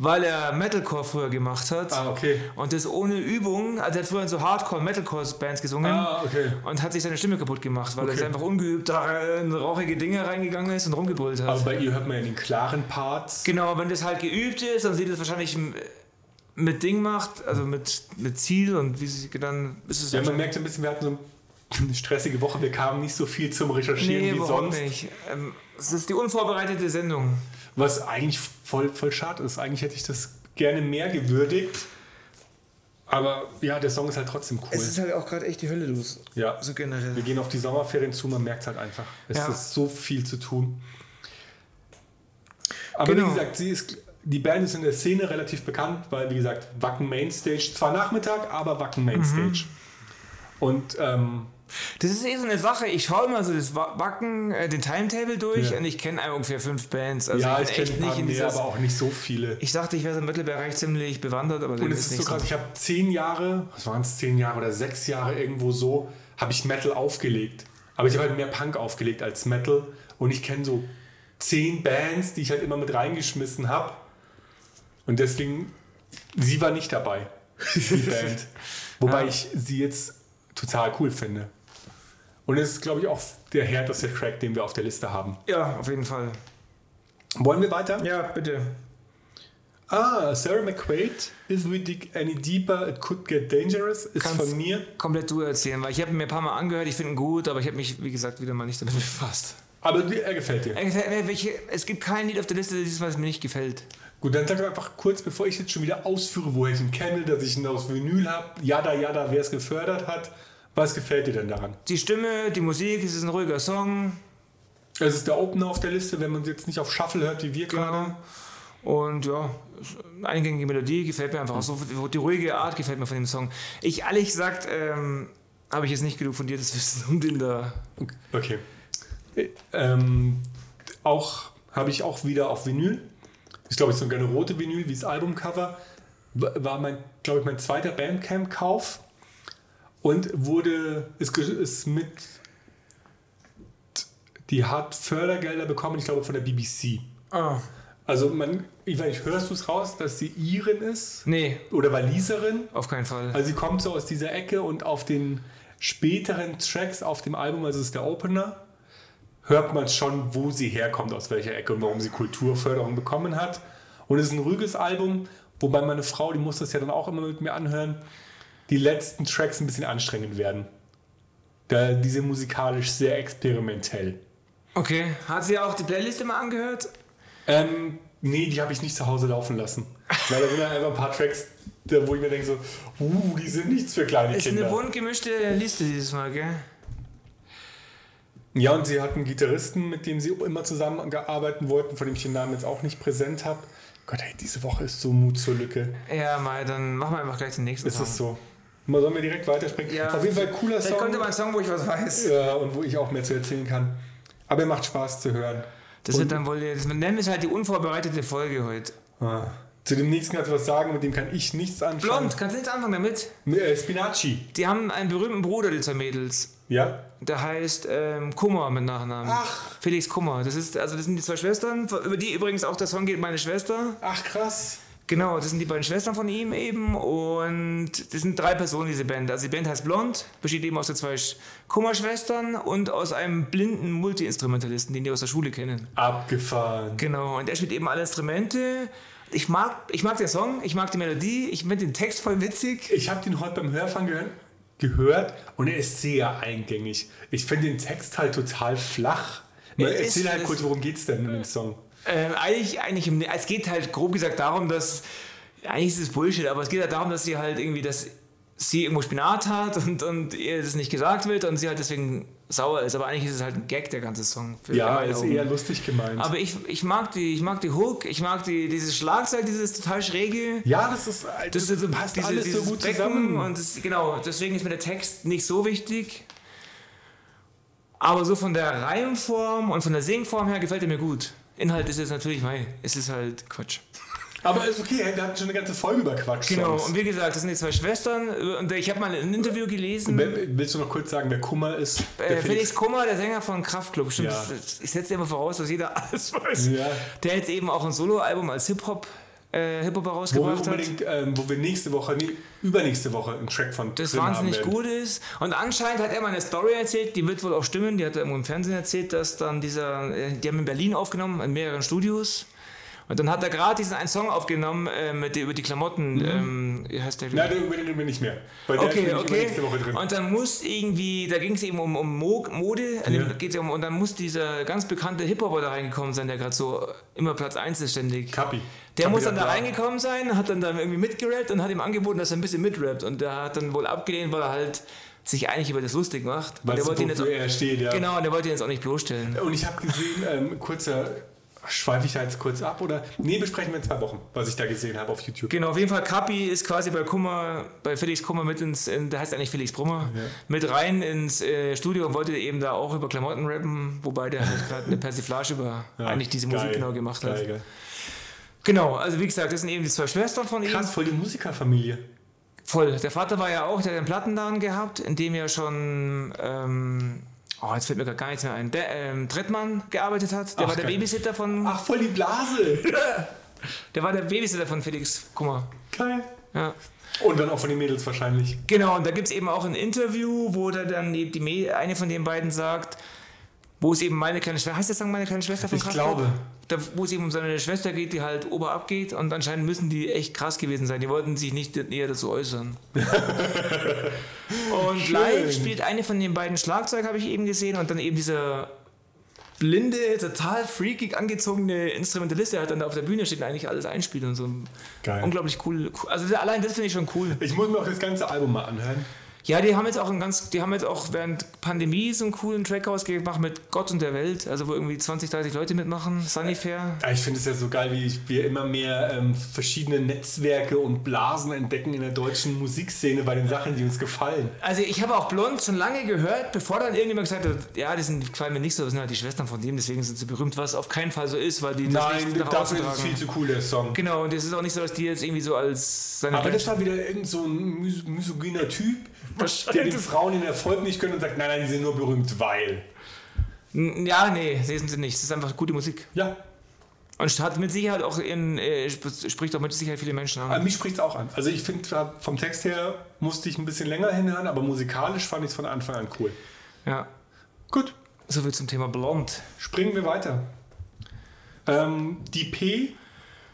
Speaker 2: weil er Metalcore früher gemacht hat.
Speaker 1: Ah, okay.
Speaker 2: Und das ohne Übung, also er hat früher in so Hardcore-Metalcore-Bands gesungen
Speaker 1: Ah, okay.
Speaker 2: und hat sich seine Stimme kaputt gemacht, weil er
Speaker 1: Okay.
Speaker 2: jetzt einfach ungeübt da in rauchige Dinge reingegangen ist und rumgebrüllt hat.
Speaker 1: Aber bei ihr hört man ja den klaren Parts.
Speaker 2: genau, wenn das halt geübt ist, dann sieht es wahrscheinlich m- mit Ding macht, also mit, mit Ziel und wie sie dann ist es
Speaker 1: Ja, man merkt so ein bisschen, wir hatten so eine stressige Woche, wir kamen nicht so viel zum Recherchieren
Speaker 2: Nee,
Speaker 1: wie
Speaker 2: überhaupt
Speaker 1: sonst.
Speaker 2: nicht. Ähm, es ist die unvorbereitete Sendung.
Speaker 1: Was eigentlich voll, voll schade ist. Eigentlich hätte ich das gerne mehr gewürdigt. Aber ja, der Song ist halt trotzdem cool.
Speaker 2: halt auch gerade echt die Hölle los.
Speaker 1: ja.
Speaker 2: So generell.
Speaker 1: Wir gehen auf die Sommerferien zu, man merkt es halt einfach. Es
Speaker 2: Ja.
Speaker 1: ist so viel zu tun. Aber
Speaker 2: Genau.
Speaker 1: wie gesagt, sie ist, die Band ist in der Szene relativ bekannt, weil, wie gesagt, Wacken Mainstage, zwar Nachmittag, aber Wacken
Speaker 2: Mhm.
Speaker 1: Mainstage. Und ähm,
Speaker 2: Das ist eh so eine Sache. Ich schaue immer so das Wa- Wacken, äh, den Timetable durch
Speaker 1: Ja.
Speaker 2: und ich kenne ungefähr fünf Bands. Also
Speaker 1: ja,
Speaker 2: bin
Speaker 1: ich kenne ein paar mehr, aber auch nicht so viele.
Speaker 2: Ich dachte, ich wäre so im Mittelbereich ziemlich bewandert, aber
Speaker 1: Und es ist so krass, ich habe zehn Jahre, was waren es, zehn Jahre oder sechs Jahre irgendwo so, habe ich Metal aufgelegt. Aber ich habe halt mehr Punk aufgelegt als Metal. Und ich kenne so zehn Bands, die ich halt immer mit reingeschmissen habe. Und deswegen, sie war nicht dabei, die Band. Wobei
Speaker 2: Ja.
Speaker 1: ich sie jetzt total cool finde. Und es ist, glaube ich, auch der härteste Track, den wir auf der Liste haben.
Speaker 2: Ja, auf jeden Fall.
Speaker 1: Wollen wir weiter?
Speaker 2: Ja, bitte.
Speaker 1: Ah, Sarah McQuaid, If We Dig Any Deeper, It Could Get Dangerous, ist
Speaker 2: Kannst-
Speaker 1: von mir.
Speaker 2: Komplett du erzählen, weil ich habe ihn mir ein paar Mal angehört, ich finde ihn gut, aber ich habe mich, wie gesagt, wieder mal nicht damit befasst.
Speaker 1: Aber die- er gefällt dir.
Speaker 2: Er gefällt mir, welche- Es gibt kein Lied auf der Liste, dieses Mal, das mir nicht gefällt.
Speaker 1: Gut, dann sag doch einfach kurz, bevor ich jetzt schon wieder ausführe, woher ich ihn kenne, dass ich ihn aus Vinyl habe, jada jada, wer es gefördert hat. Was gefällt dir denn daran?
Speaker 2: Die Stimme, die Musik, es ist ein ruhiger Song,
Speaker 1: Es ist der Opener auf der Liste, wenn man es jetzt nicht auf Shuffle hört, wie wir gerade.
Speaker 2: genau. Und ja, es ist eine eingängige Melodie gefällt mir einfach auch so. Die ruhige Art gefällt mir von dem Song. Ich, ehrlich gesagt, ähm, habe ich jetzt nicht genug fundiertes Wissen um den da.
Speaker 1: Okay. Ähm, auch habe ich auch wieder auf Vinyl. Ich glaube, ich so gerne rote Vinyl, wie das Albumcover. W- War mein, glaube ich, mein zweiter Bandcamp-Kauf und wurde, ist, ge- ist mit, die hat Fördergelder bekommen, ich glaube, von der BBC.
Speaker 2: Ah,
Speaker 1: Also man, ich weiß nicht, hörst du es raus, dass sie Iren ist
Speaker 2: nee,
Speaker 1: oder Waliserin?
Speaker 2: auf keinen Fall.
Speaker 1: Also sie kommt so aus dieser Ecke und auf den späteren Tracks auf dem Album, also es ist der Opener, hört man schon, wo sie herkommt, aus welcher Ecke und warum sie Kulturförderung bekommen hat. Und es ist ein ruhiges Album, wobei meine Frau, die muss das ja dann auch immer mit mir anhören, die letzten Tracks ein bisschen anstrengend werden. Da diese musikalisch sehr experimentell.
Speaker 2: Okay, hat sie auch die Playlist immer angehört?
Speaker 1: Ähm, nee, die habe ich nicht zu Hause laufen lassen. Weil da sind dann einfach ein paar Tracks, da- wo ich mir denke so, uh, die sind nichts für kleine
Speaker 2: Ist
Speaker 1: Kinder.
Speaker 2: eine bunt gemischte Liste dieses Mal, gell?
Speaker 1: Ja, und sie hatten einen Gitarristen, mit dem sie immer zusammengearbeiten wollten, von dem ich den Namen jetzt auch nicht präsent habe. Gott, ey, diese Woche ist so Mut zur Lücke.
Speaker 2: Ja, mal, dann machen wir einfach gleich den nächsten
Speaker 1: Es ist so. Mal sollen wir direkt weiterspringen?
Speaker 2: Ja.
Speaker 1: Auf jeden Fall cooler
Speaker 2: Vielleicht kommt
Speaker 1: Song.
Speaker 2: immer ein Song, wo ich was weiß.
Speaker 1: Ja, und wo ich auch mehr zu erzählen kann. Aber er macht Spaß zu hören.
Speaker 2: Das wird dann wohl, das nennen wir es halt die unvorbereitete Folge heute.
Speaker 1: Ah. Zu dem nächsten kannst du was sagen, mit dem kann ich nichts anfangen.
Speaker 2: Blond, kannst du nichts anfangen damit?
Speaker 1: Blond. Äh, Spinaci.
Speaker 2: Die haben einen berühmten Bruder, die zwei Mädels.
Speaker 1: Ja?
Speaker 2: Der heißt ähm, Kummer mit Nachnamen.
Speaker 1: Ach.
Speaker 2: Felix Kummer. Das ist, also das sind die zwei Schwestern, über die übrigens auch der Song geht, meine Schwester.
Speaker 1: Ach, krass.
Speaker 2: Genau, das sind die beiden Schwestern von ihm eben und das sind drei Personen, diese Band. Also die Band heißt Blond, besteht eben aus den zwei Sch- Kummer-Schwestern und aus einem blinden Multiinstrumentalisten, den die aus der Schule kennen.
Speaker 1: Abgefahren.
Speaker 2: Genau, und er spielt eben alle Instrumente. Ich mag, ich mag den Song, ich mag die Melodie, ich finde den Text voll witzig.
Speaker 1: Ich habe den heute beim Hörfahren gehört, gehört und er ist sehr eingängig. Ich finde den Text halt total flach. Man,
Speaker 2: Er ist-
Speaker 1: erzähl halt
Speaker 2: es-
Speaker 1: kurz, worum geht's denn in dem Song?
Speaker 2: Ähm, eigentlich, eigentlich im, es geht halt grob gesagt darum, dass, eigentlich ist es Bullshit, aber es geht halt darum, dass sie halt irgendwie, dass sie irgendwo Spinat hat und, und ihr das nicht gesagt wird und sie halt deswegen sauer ist. Aber eigentlich ist es halt ein Gag, der ganze Song. für- in
Speaker 1: Ja,
Speaker 2: meinen
Speaker 1: ist
Speaker 2: Augen.
Speaker 1: eher lustig gemeint.
Speaker 2: aber ich, ich mag die, ich mag die Hook, ich mag die, dieses Schlagzeug, dieses total schräge.
Speaker 1: ja, das ist halt-
Speaker 2: Das ist so,
Speaker 1: passt
Speaker 2: diese,
Speaker 1: alles so
Speaker 2: dieses
Speaker 1: gut
Speaker 2: Becken
Speaker 1: zusammen.
Speaker 2: Und das, genau, deswegen ist mir der Text nicht so wichtig. Aber so von der Reimform und von der Singform her gefällt er mir gut. Inhalt ist es natürlich, mei, es ist halt Quatsch.
Speaker 1: aber ist okay, wir hatten schon eine ganze Folge über Quatsch.
Speaker 2: Genau, und wie gesagt, das sind die zwei Schwestern und ich habe mal ein Interview gelesen.
Speaker 1: Willst du noch kurz sagen, wer Kummer ist?
Speaker 2: Äh,
Speaker 1: Der
Speaker 2: Felix, Kummer, der Sänger von Kraftklub, stimmt.
Speaker 1: Ja.
Speaker 2: das- Ich setze immer voraus, dass jeder alles weiß.
Speaker 1: Ja.
Speaker 2: Der jetzt eben auch ein Soloalbum als Hip-Hop äh, Hip
Speaker 1: Wo wir,
Speaker 2: rausgebracht hat.
Speaker 1: unbedingt, ähm, wo wir nächste Woche, nee, übernächste Woche einen Track von
Speaker 2: das
Speaker 1: drin haben
Speaker 2: wahnsinnig
Speaker 1: werden.
Speaker 2: gut ist. Und anscheinend hat er mal eine Story erzählt, die wird wohl auch stimmen, die hat er irgendwo im Fernsehen erzählt, dass dann dieser, äh, die haben in Berlin aufgenommen, in mehreren Studios. Und dann hat er gerade diesen einen Song aufgenommen äh, mit, der- über die Klamotten, ähm, wie heißt der?
Speaker 1: Mhm. Na, den übernehmen wir nicht mehr. Weil der ist
Speaker 2: Okay,
Speaker 1: nämlich
Speaker 2: okay.
Speaker 1: übernächste Woche drin.
Speaker 2: Und dann muss irgendwie, da ging es eben um, um Mo- Mode, äh,
Speaker 1: Ja.
Speaker 2: geht's ja um, und dann muss dieser ganz bekannte Hip-Hopper da reingekommen sein, der gerade so immer Platz 1 ist ständig.
Speaker 1: Kapi.
Speaker 2: Der
Speaker 1: Kapi
Speaker 2: muss dann da
Speaker 1: Bla.
Speaker 2: reingekommen sein, hat dann, dann irgendwie mitgerappt und hat ihm angeboten, dass er ein bisschen mitrappt. Und der hat dann wohl abgelehnt, weil er halt sich eigentlich über das lustig macht. Und
Speaker 1: Weißt
Speaker 2: der
Speaker 1: du,
Speaker 2: wollte ihn jetzt
Speaker 1: wofür
Speaker 2: auch,
Speaker 1: er steht, ja.
Speaker 2: genau, und der wollte ihn jetzt auch nicht bloßstellen.
Speaker 1: Und ich habe gesehen, ähm, kurzer, schweife ich da jetzt kurz ab oder? Nee, besprechen wir in zwei Wochen, was ich da gesehen habe auf YouTube.
Speaker 2: Genau, auf jeden Fall, Kapi ist quasi bei Kummer, bei Felix Kummer mit ins, in, der heißt eigentlich Felix Brummer, mit rein ins äh, Studio und wollte eben da auch über Klamotten rappen, wobei der halt gerade eine Persiflage über eigentlich diese Musik
Speaker 1: Geil,
Speaker 2: genau gemacht hat.
Speaker 1: geil, geil.
Speaker 2: Genau, also wie gesagt, das sind eben die zwei Schwestern von ihm.
Speaker 1: Krass, voll die Musikerfamilie.
Speaker 2: Voll. Der Vater war ja auch, der hat einen Plattenladen gehabt, in dem ja schon ähm, Oh, jetzt fällt mir gerade gar nichts mehr ein. Der ähm, Trettmann gearbeitet hat, der
Speaker 1: Ach,
Speaker 2: war der
Speaker 1: geil.
Speaker 2: Babysitter von.
Speaker 1: Ach, voll die Blase.
Speaker 2: Der war der Babysitter von Felix Kummer.
Speaker 1: Geil.
Speaker 2: Ja.
Speaker 1: Und dann auch von den Mädels wahrscheinlich.
Speaker 2: Genau, und da gibt es eben auch ein Interview, wo da dann die, die Mäd- eine von den beiden sagt, wo es eben meine kleine Schwester, heißt das dann meine kleine Schwester von
Speaker 1: Ich
Speaker 2: Kraftklub?
Speaker 1: glaube.
Speaker 2: Da, wo es eben um seine Schwester geht, die halt oberab geht und anscheinend müssen die echt krass gewesen sein. Die wollten sich nicht näher dazu äußern. und live spielt eine von den beiden Schlagzeug, habe ich eben gesehen, und dann eben dieser blinde, total freakig angezogene Instrumentalist, der halt dann da auf der Bühne steht und eigentlich alles einspielt und so.
Speaker 1: Geil.
Speaker 2: Unglaublich cool. Also allein das finde ich schon cool.
Speaker 1: Ich muss mir auch das ganze Album mal anhören.
Speaker 2: Ja, die haben jetzt auch einen ganz, die haben jetzt auch während Pandemie so einen coolen Track rausgemacht mit Gott und der Welt, also wo irgendwie 20, 30 Leute mitmachen, Sunnyfair.
Speaker 1: Ja, Ich finde es ja so geil, wie wir immer mehr ähm, verschiedene Netzwerke und Blasen entdecken in der deutschen Musikszene bei den Sachen, die uns gefallen.
Speaker 2: Also ich habe auch Blond schon lange gehört, bevor dann irgendjemand gesagt hat, ja, die sind, gefallen mir nicht so, das sind halt die Schwestern von dem, deswegen sind sie berühmt, was auf keinen Fall so ist, weil die das
Speaker 1: Nein,
Speaker 2: nicht nach außen
Speaker 1: dafür ist es viel
Speaker 2: tragen.
Speaker 1: zu cool, der Song.
Speaker 2: Genau, und es ist auch nicht so, dass die jetzt irgendwie so als seine
Speaker 1: Aber das war wieder irgend so ein mis misogyner Typ, der den Frauen den Erfolg nicht gönnt und sagt, nein, nein, die sind nur berühmt, weil.
Speaker 2: N- Ja, nee, sehen sie nicht. Es ist einfach gute Musik.
Speaker 1: Ja,
Speaker 2: Und hat mit Sicherheit auch in, äh, sp- spricht auch mit Sicherheit viele Menschen
Speaker 1: aber
Speaker 2: an.
Speaker 1: mich spricht es auch an. Also ich finde, vom Text her musste ich ein bisschen länger hinhören, aber musikalisch fand ich es von Anfang an cool.
Speaker 2: Ja.
Speaker 1: Gut,
Speaker 2: So viel zum Thema Blond.
Speaker 1: springen wir weiter. Ähm, die P,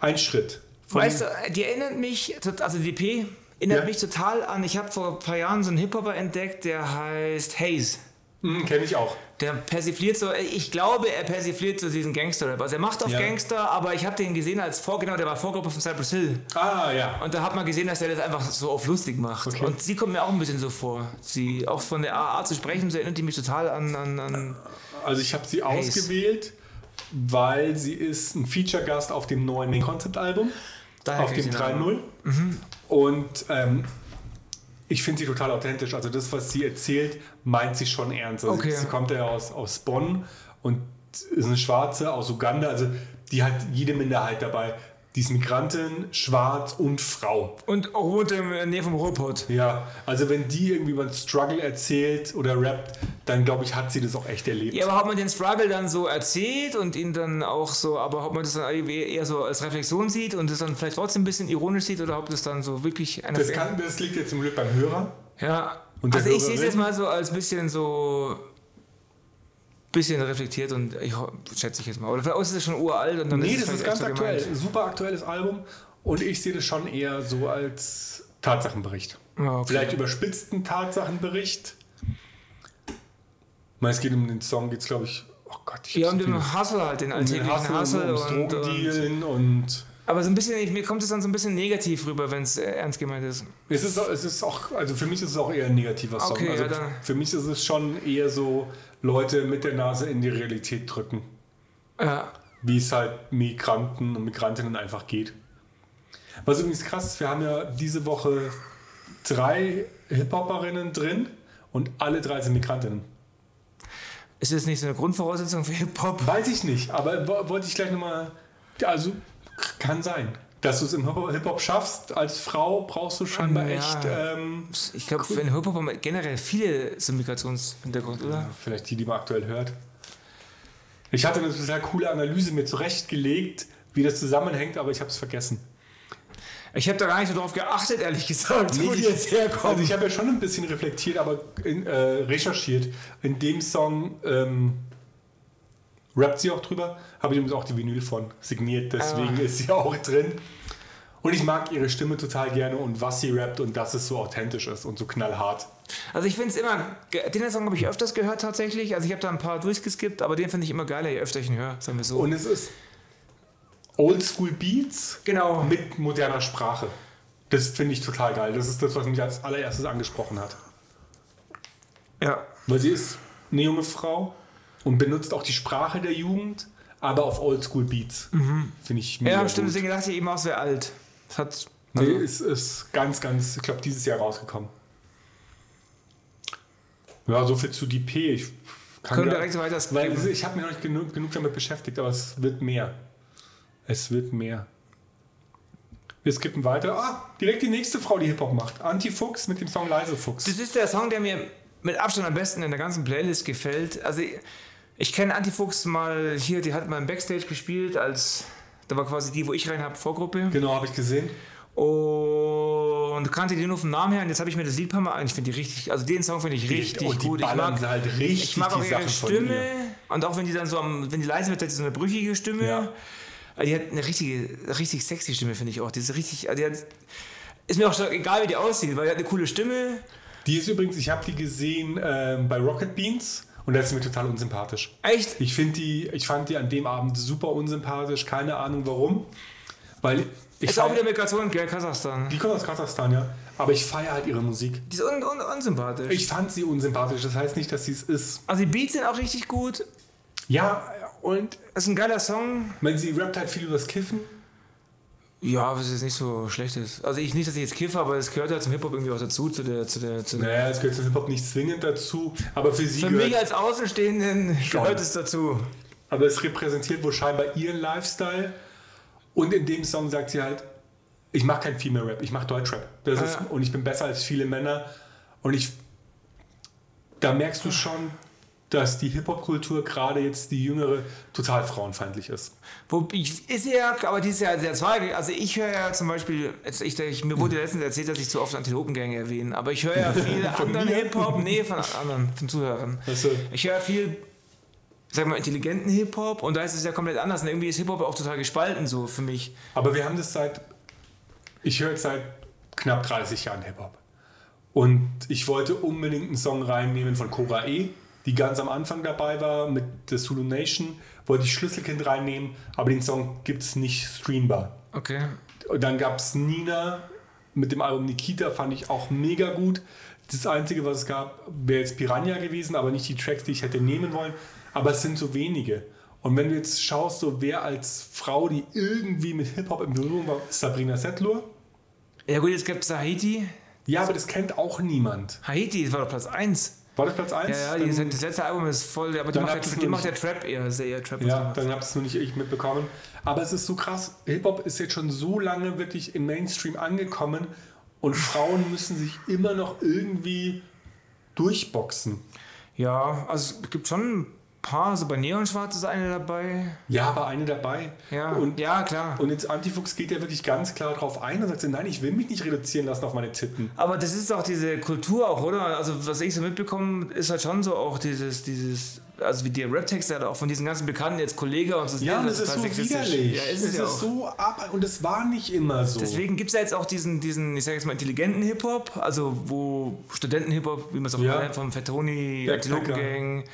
Speaker 1: ein Schritt. Von-
Speaker 2: Weißt du, die erinnert mich, tot- also die P erinnert
Speaker 1: Ja.
Speaker 2: mich total an, ich habe vor ein paar Jahren so einen Hip-Hopper entdeckt, der heißt Haze.
Speaker 1: Hm, Kenne ich auch.
Speaker 2: Der persifliert so, ich glaube, er persifliert so diesen Gangster-Rap. Also er macht auf
Speaker 1: Ja.
Speaker 2: Gangster, aber ich habe den gesehen als Vor, genau, der war Vorgruppe von Cypress Hill.
Speaker 1: Ah, ja.
Speaker 2: Und da hat man gesehen, dass er das einfach so auf lustig macht.
Speaker 1: Okay.
Speaker 2: Und sie kommt mir auch ein bisschen so vor. Sie, auch von der AA zu sprechen, so erinnert die mich total an, an, an
Speaker 1: Also ich habe sie
Speaker 2: Ace.
Speaker 1: ausgewählt, weil sie ist ein Feature-Gast auf dem neuen Concept-Album,
Speaker 2: daher
Speaker 1: auf
Speaker 2: kenn ich
Speaker 1: dem
Speaker 2: den Namen.
Speaker 1: 3.0.
Speaker 2: Mhm.
Speaker 1: Und ähm, ich finde sie total authentisch. Also das, was sie erzählt, meint sie schon ernst. Also
Speaker 2: Okay.
Speaker 1: sie, sie kommt ja aus, aus Bonn und ist eine Schwarze aus Uganda. Also die hat jede Minderheit dabei. Die ist Migrantin, schwarz und Frau.
Speaker 2: Und auch wohnt in der Nähe vom Ruhrpott.
Speaker 1: Ja, also wenn die irgendwie über einen Struggle erzählt oder rappt, dann glaube ich, hat sie das auch echt erlebt.
Speaker 2: Ja, aber hat man den Struggle dann so erzählt und ihn dann auch so, aber ob man das dann irgendwie eher so als Reflexion sieht und das dann vielleicht trotzdem ein bisschen ironisch sieht oder ob das dann so wirklich einer
Speaker 1: Das, kann, das liegt jetzt zum Glück beim Hörer.
Speaker 2: Ja.
Speaker 1: Und der
Speaker 2: also ich sehe es
Speaker 1: Hörerin?
Speaker 2: jetzt mal so als bisschen so bisschen reflektiert und ich ho- schätze ich jetzt mal. Oder vielleicht ist es schon uralt und dann
Speaker 1: Nee,
Speaker 2: ist es
Speaker 1: das ist
Speaker 2: vielleicht
Speaker 1: ganz
Speaker 2: extra
Speaker 1: aktuell.
Speaker 2: gemeint.
Speaker 1: Super aktuelles Album. Und ich sehe das schon eher so als Tatsachenbericht.
Speaker 2: Ja, Ah, okay.
Speaker 1: Vielleicht überspitzten Tatsachenbericht. Ich meine, Es geht um den Song, geht es glaube ich. Oh Gott, ich
Speaker 2: Ja,
Speaker 1: hab
Speaker 2: und
Speaker 1: so viel-
Speaker 2: den Hustle halt, den alltäglichen
Speaker 1: Hassel,
Speaker 2: Hustle,
Speaker 1: um ums
Speaker 2: und, und,
Speaker 1: Drogendealen und.
Speaker 2: Aber so ein bisschen, mir kommt es dann so ein bisschen negativ rüber, wenn es äh, ernst gemeint ist.
Speaker 1: Es ist, auch- es ist auch, also für mich ist es auch eher ein negativer Song.
Speaker 2: Okay,
Speaker 1: also
Speaker 2: ja, dann-
Speaker 1: für mich ist es schon eher so, Leute mit der Nase in die Realität drücken.
Speaker 2: Ja.
Speaker 1: wie es halt Migranten und Migrantinnen einfach geht. Was übrigens krass ist, wir haben ja diese Woche drei Hip-Hoperinnen drin und alle drei sind Migrantinnen.
Speaker 2: Ist das nicht so eine Grundvoraussetzung für Hip-Hop?
Speaker 1: Weiß ich nicht, aber wo- wollte ich gleich nochmal. Also, kann sein. Dass du es im Hip-Hop Hip-Hop schaffst, als Frau brauchst du scheinbar
Speaker 2: Ja.
Speaker 1: echt. Ähm,
Speaker 2: Ich glaube, wenn Hip-Hop haben generell viele so einen Migrationshintergrund, oder?
Speaker 1: vielleicht die, die man aktuell hört. Ich hatte eine total coole Analyse mir zurechtgelegt, wie das zusammenhängt, aber ich habe es vergessen.
Speaker 2: Ich habe da gar nicht so drauf geachtet, ehrlich gesagt,
Speaker 1: Nee,
Speaker 2: wo die
Speaker 1: ich-
Speaker 2: jetzt herkommen.
Speaker 1: Also ich habe ja schon ein bisschen reflektiert, aber in, äh, recherchiert. In dem Song ähm, rappt sie auch drüber. Habe ich übrigens auch die Vinyl von signiert, deswegen
Speaker 2: Ah.
Speaker 1: ist sie auch drin. Und ich mag ihre Stimme total gerne und was sie rappt und dass es so authentisch ist und so knallhart.
Speaker 2: Also ich finde es immer, ge- den Song habe ich öfters gehört tatsächlich. Also ich habe da ein paar durchgeskippt, aber den finde ich immer geiler, je öfter ich ihn höre, sagen wir so.
Speaker 1: Und es ist Oldschool Beats
Speaker 2: genau.
Speaker 1: mit moderner Sprache. Das finde ich total geil. Das ist das, was mich als allererstes angesprochen hat.
Speaker 2: Ja.
Speaker 1: Weil sie ist eine junge Frau und benutzt auch die Sprache der Jugend, aber auf Oldschool Beats. Finde ich mega
Speaker 2: Mhm. Ja, stimmt,
Speaker 1: gut.
Speaker 2: deswegen dachte ich eben auch, es wäre alt. Das hat. also
Speaker 1: Sie ist, ist ganz, ganz, ich glaube, dieses Jahr rausgekommen. Ja, so viel zu DP. Ich kann
Speaker 2: Können wir
Speaker 1: gar-
Speaker 2: direkt weiter skippen.
Speaker 1: weil es- ich habe mich noch nicht genug, genug damit beschäftigt, aber es wird mehr. Es wird mehr. Wir skippen weiter. Ah, direkt die nächste Frau, die Hip-Hop macht. Anti-Fuchs mit dem Song Leise Fuchs.
Speaker 2: Das ist der Song, der mir mit Abstand am besten in der ganzen Playlist gefällt. Also ich, ich kenne Antifuchs mal hier, die hat mal im Backstage gespielt, als da war quasi die, wo ich rein habe, Vorgruppe.
Speaker 1: Genau, habe ich gesehen.
Speaker 2: Und kannte die nur vom Namen her und jetzt habe ich mir das Lied ein paar Mal an. Ich finde die richtig, also den Song finde ich richtig
Speaker 1: und die
Speaker 2: gut. Ich
Speaker 1: ballern
Speaker 2: mag,
Speaker 1: halt richtig
Speaker 2: ich mag auch
Speaker 1: die
Speaker 2: ihre
Speaker 1: Sachen von
Speaker 2: Stimme
Speaker 1: ihr.
Speaker 2: und auch wenn die dann so am, wenn die leise wird, hat sie so eine brüchige Stimme.
Speaker 1: Ja.
Speaker 2: Aber Die hat eine richtige, richtig sexy Stimme, finde ich auch. Die ist richtig, also die hat, ist mir auch schon egal, wie die aussieht, weil die hat eine coole Stimme.
Speaker 1: Die ist übrigens, ich habe die gesehen ähm, bei Rocket Beans und da ist sie mir total unsympathisch.
Speaker 2: Echt?
Speaker 1: Ich finde die, ich fand die an dem Abend super unsympathisch, keine Ahnung warum. Weil ich
Speaker 2: Ist auch
Speaker 1: feier-
Speaker 2: wieder Migration, gell, Kasachstan.
Speaker 1: die kommt aus Kasachstan, ja. Aber ich feiere halt ihre Musik.
Speaker 2: Die ist un un unsympathisch.
Speaker 1: Ich fand sie unsympathisch, das heißt nicht, dass sie es ist.
Speaker 2: also die Beats sind auch richtig gut.
Speaker 1: Ja, und
Speaker 2: Ist ein geiler Song.
Speaker 1: wenn sie rappt halt viel übers Kiffen.
Speaker 2: Ja, was jetzt nicht so schlecht ist. Also ich nicht, dass ich jetzt kiffe, aber es gehört ja zum Hip-Hop irgendwie auch dazu, zu der, zu der, zu der.
Speaker 1: Naja, es gehört zum Hip-Hop nicht zwingend dazu, aber für sie
Speaker 2: Für
Speaker 1: gehört
Speaker 2: mich als Außenstehenden gehört es dazu.
Speaker 1: Aber es repräsentiert wohl scheinbar ihren Lifestyle. Und in dem Song sagt sie halt, ich mache kein Female Rap, ich mache Deutschrap. Das
Speaker 2: Ah,
Speaker 1: ist,
Speaker 2: ja.
Speaker 1: Und ich bin besser als viele Männer. Und ich, da merkst du schon, dass die Hip-Hop-Kultur, gerade jetzt die jüngere, total frauenfeindlich ist.
Speaker 2: Wo ich, ist ja, aber die ist ja sehr zweigig. Also ich höre ja zum Beispiel, jetzt ich, ich, mir
Speaker 1: Hm.
Speaker 2: wurde letztens erzählt, dass ich zu oft Antilopengang erwähne, aber ich höre ja viel anderen
Speaker 1: mir?
Speaker 2: Hip-Hop, nee, von anderen, von Zuhörern.
Speaker 1: Weißt du?
Speaker 2: Ich höre viel, sag mal, intelligenten Hip-Hop und da ist es ja komplett anders. Und irgendwie ist Hip-Hop auch total gespalten so für mich.
Speaker 1: Aber wir haben das seit, ich höre jetzt seit knapp 30 Jahren Hip-Hop. Und ich wollte unbedingt einen Song reinnehmen von Cora E., die ganz am Anfang dabei war mit The Zulu Nation. Wollte ich Schlüsselkind reinnehmen, aber den Song gibt es nicht streambar.
Speaker 2: Okay.
Speaker 1: Und dann gab es Nina mit dem Album Nikita, fand ich auch mega gut. Das Einzige, was es gab, wäre jetzt Piranha gewesen, aber nicht die Tracks, die ich hätte nehmen wollen. Aber es sind so wenige. Und wenn du jetzt schaust, so wer als Frau, die irgendwie mit Hip-Hop in Berührung war, ist Sabrina Settler.
Speaker 2: Ja gut, jetzt gibt es Haiti.
Speaker 1: Ja, aber das kennt auch niemand.
Speaker 2: Haiti, das war doch Platz 1.
Speaker 1: War das Platz 1?
Speaker 2: Ja, ja, die, das letzte Album ist voll, aber die
Speaker 1: Dann
Speaker 2: macht,
Speaker 1: habt ihr's
Speaker 2: der, die
Speaker 1: nur
Speaker 2: macht der
Speaker 1: nicht.
Speaker 2: Trap eher, sehr eher Trap.
Speaker 1: Ja, dann habt ihr es nur nicht ich mitbekommen. Aber es ist so krass. Hip-Hop ist jetzt schon so lange wirklich im Mainstream angekommen und Frauen müssen sich immer noch irgendwie durchboxen.
Speaker 2: ja, also es gibt schon ein paar, so bei Neon Schwarz ist eine dabei.
Speaker 1: Ja, aber eine dabei.
Speaker 2: Ja,
Speaker 1: Und,
Speaker 2: ja klar.
Speaker 1: und jetzt Antifuchs geht ja wirklich ganz klar drauf ein und sagt, so, nein, ich will mich nicht reduzieren lassen auf meine Titten.
Speaker 2: Aber das ist auch diese Kultur auch, oder? Also was ich so mitbekomme, ist halt schon so auch dieses, dieses, also wie die Rap-Texte halt auch von diesen ganzen Bekannten, jetzt Kollege und so. halt
Speaker 1: Ja, und es ist
Speaker 2: total
Speaker 1: so
Speaker 2: sexistisch.
Speaker 1: widerlich.
Speaker 2: Ja, ist es ja auch.
Speaker 1: so ab und es war nicht immer so.
Speaker 2: Deswegen gibt es ja jetzt auch diesen, diesen, ich sag jetzt mal, intelligenten Hip-Hop, also wo Studenten-Hip-Hop, wie man es auch
Speaker 1: Ja.
Speaker 2: kennt, vom Fettoni,
Speaker 1: Backpacker.
Speaker 2: Antilopen-Gang,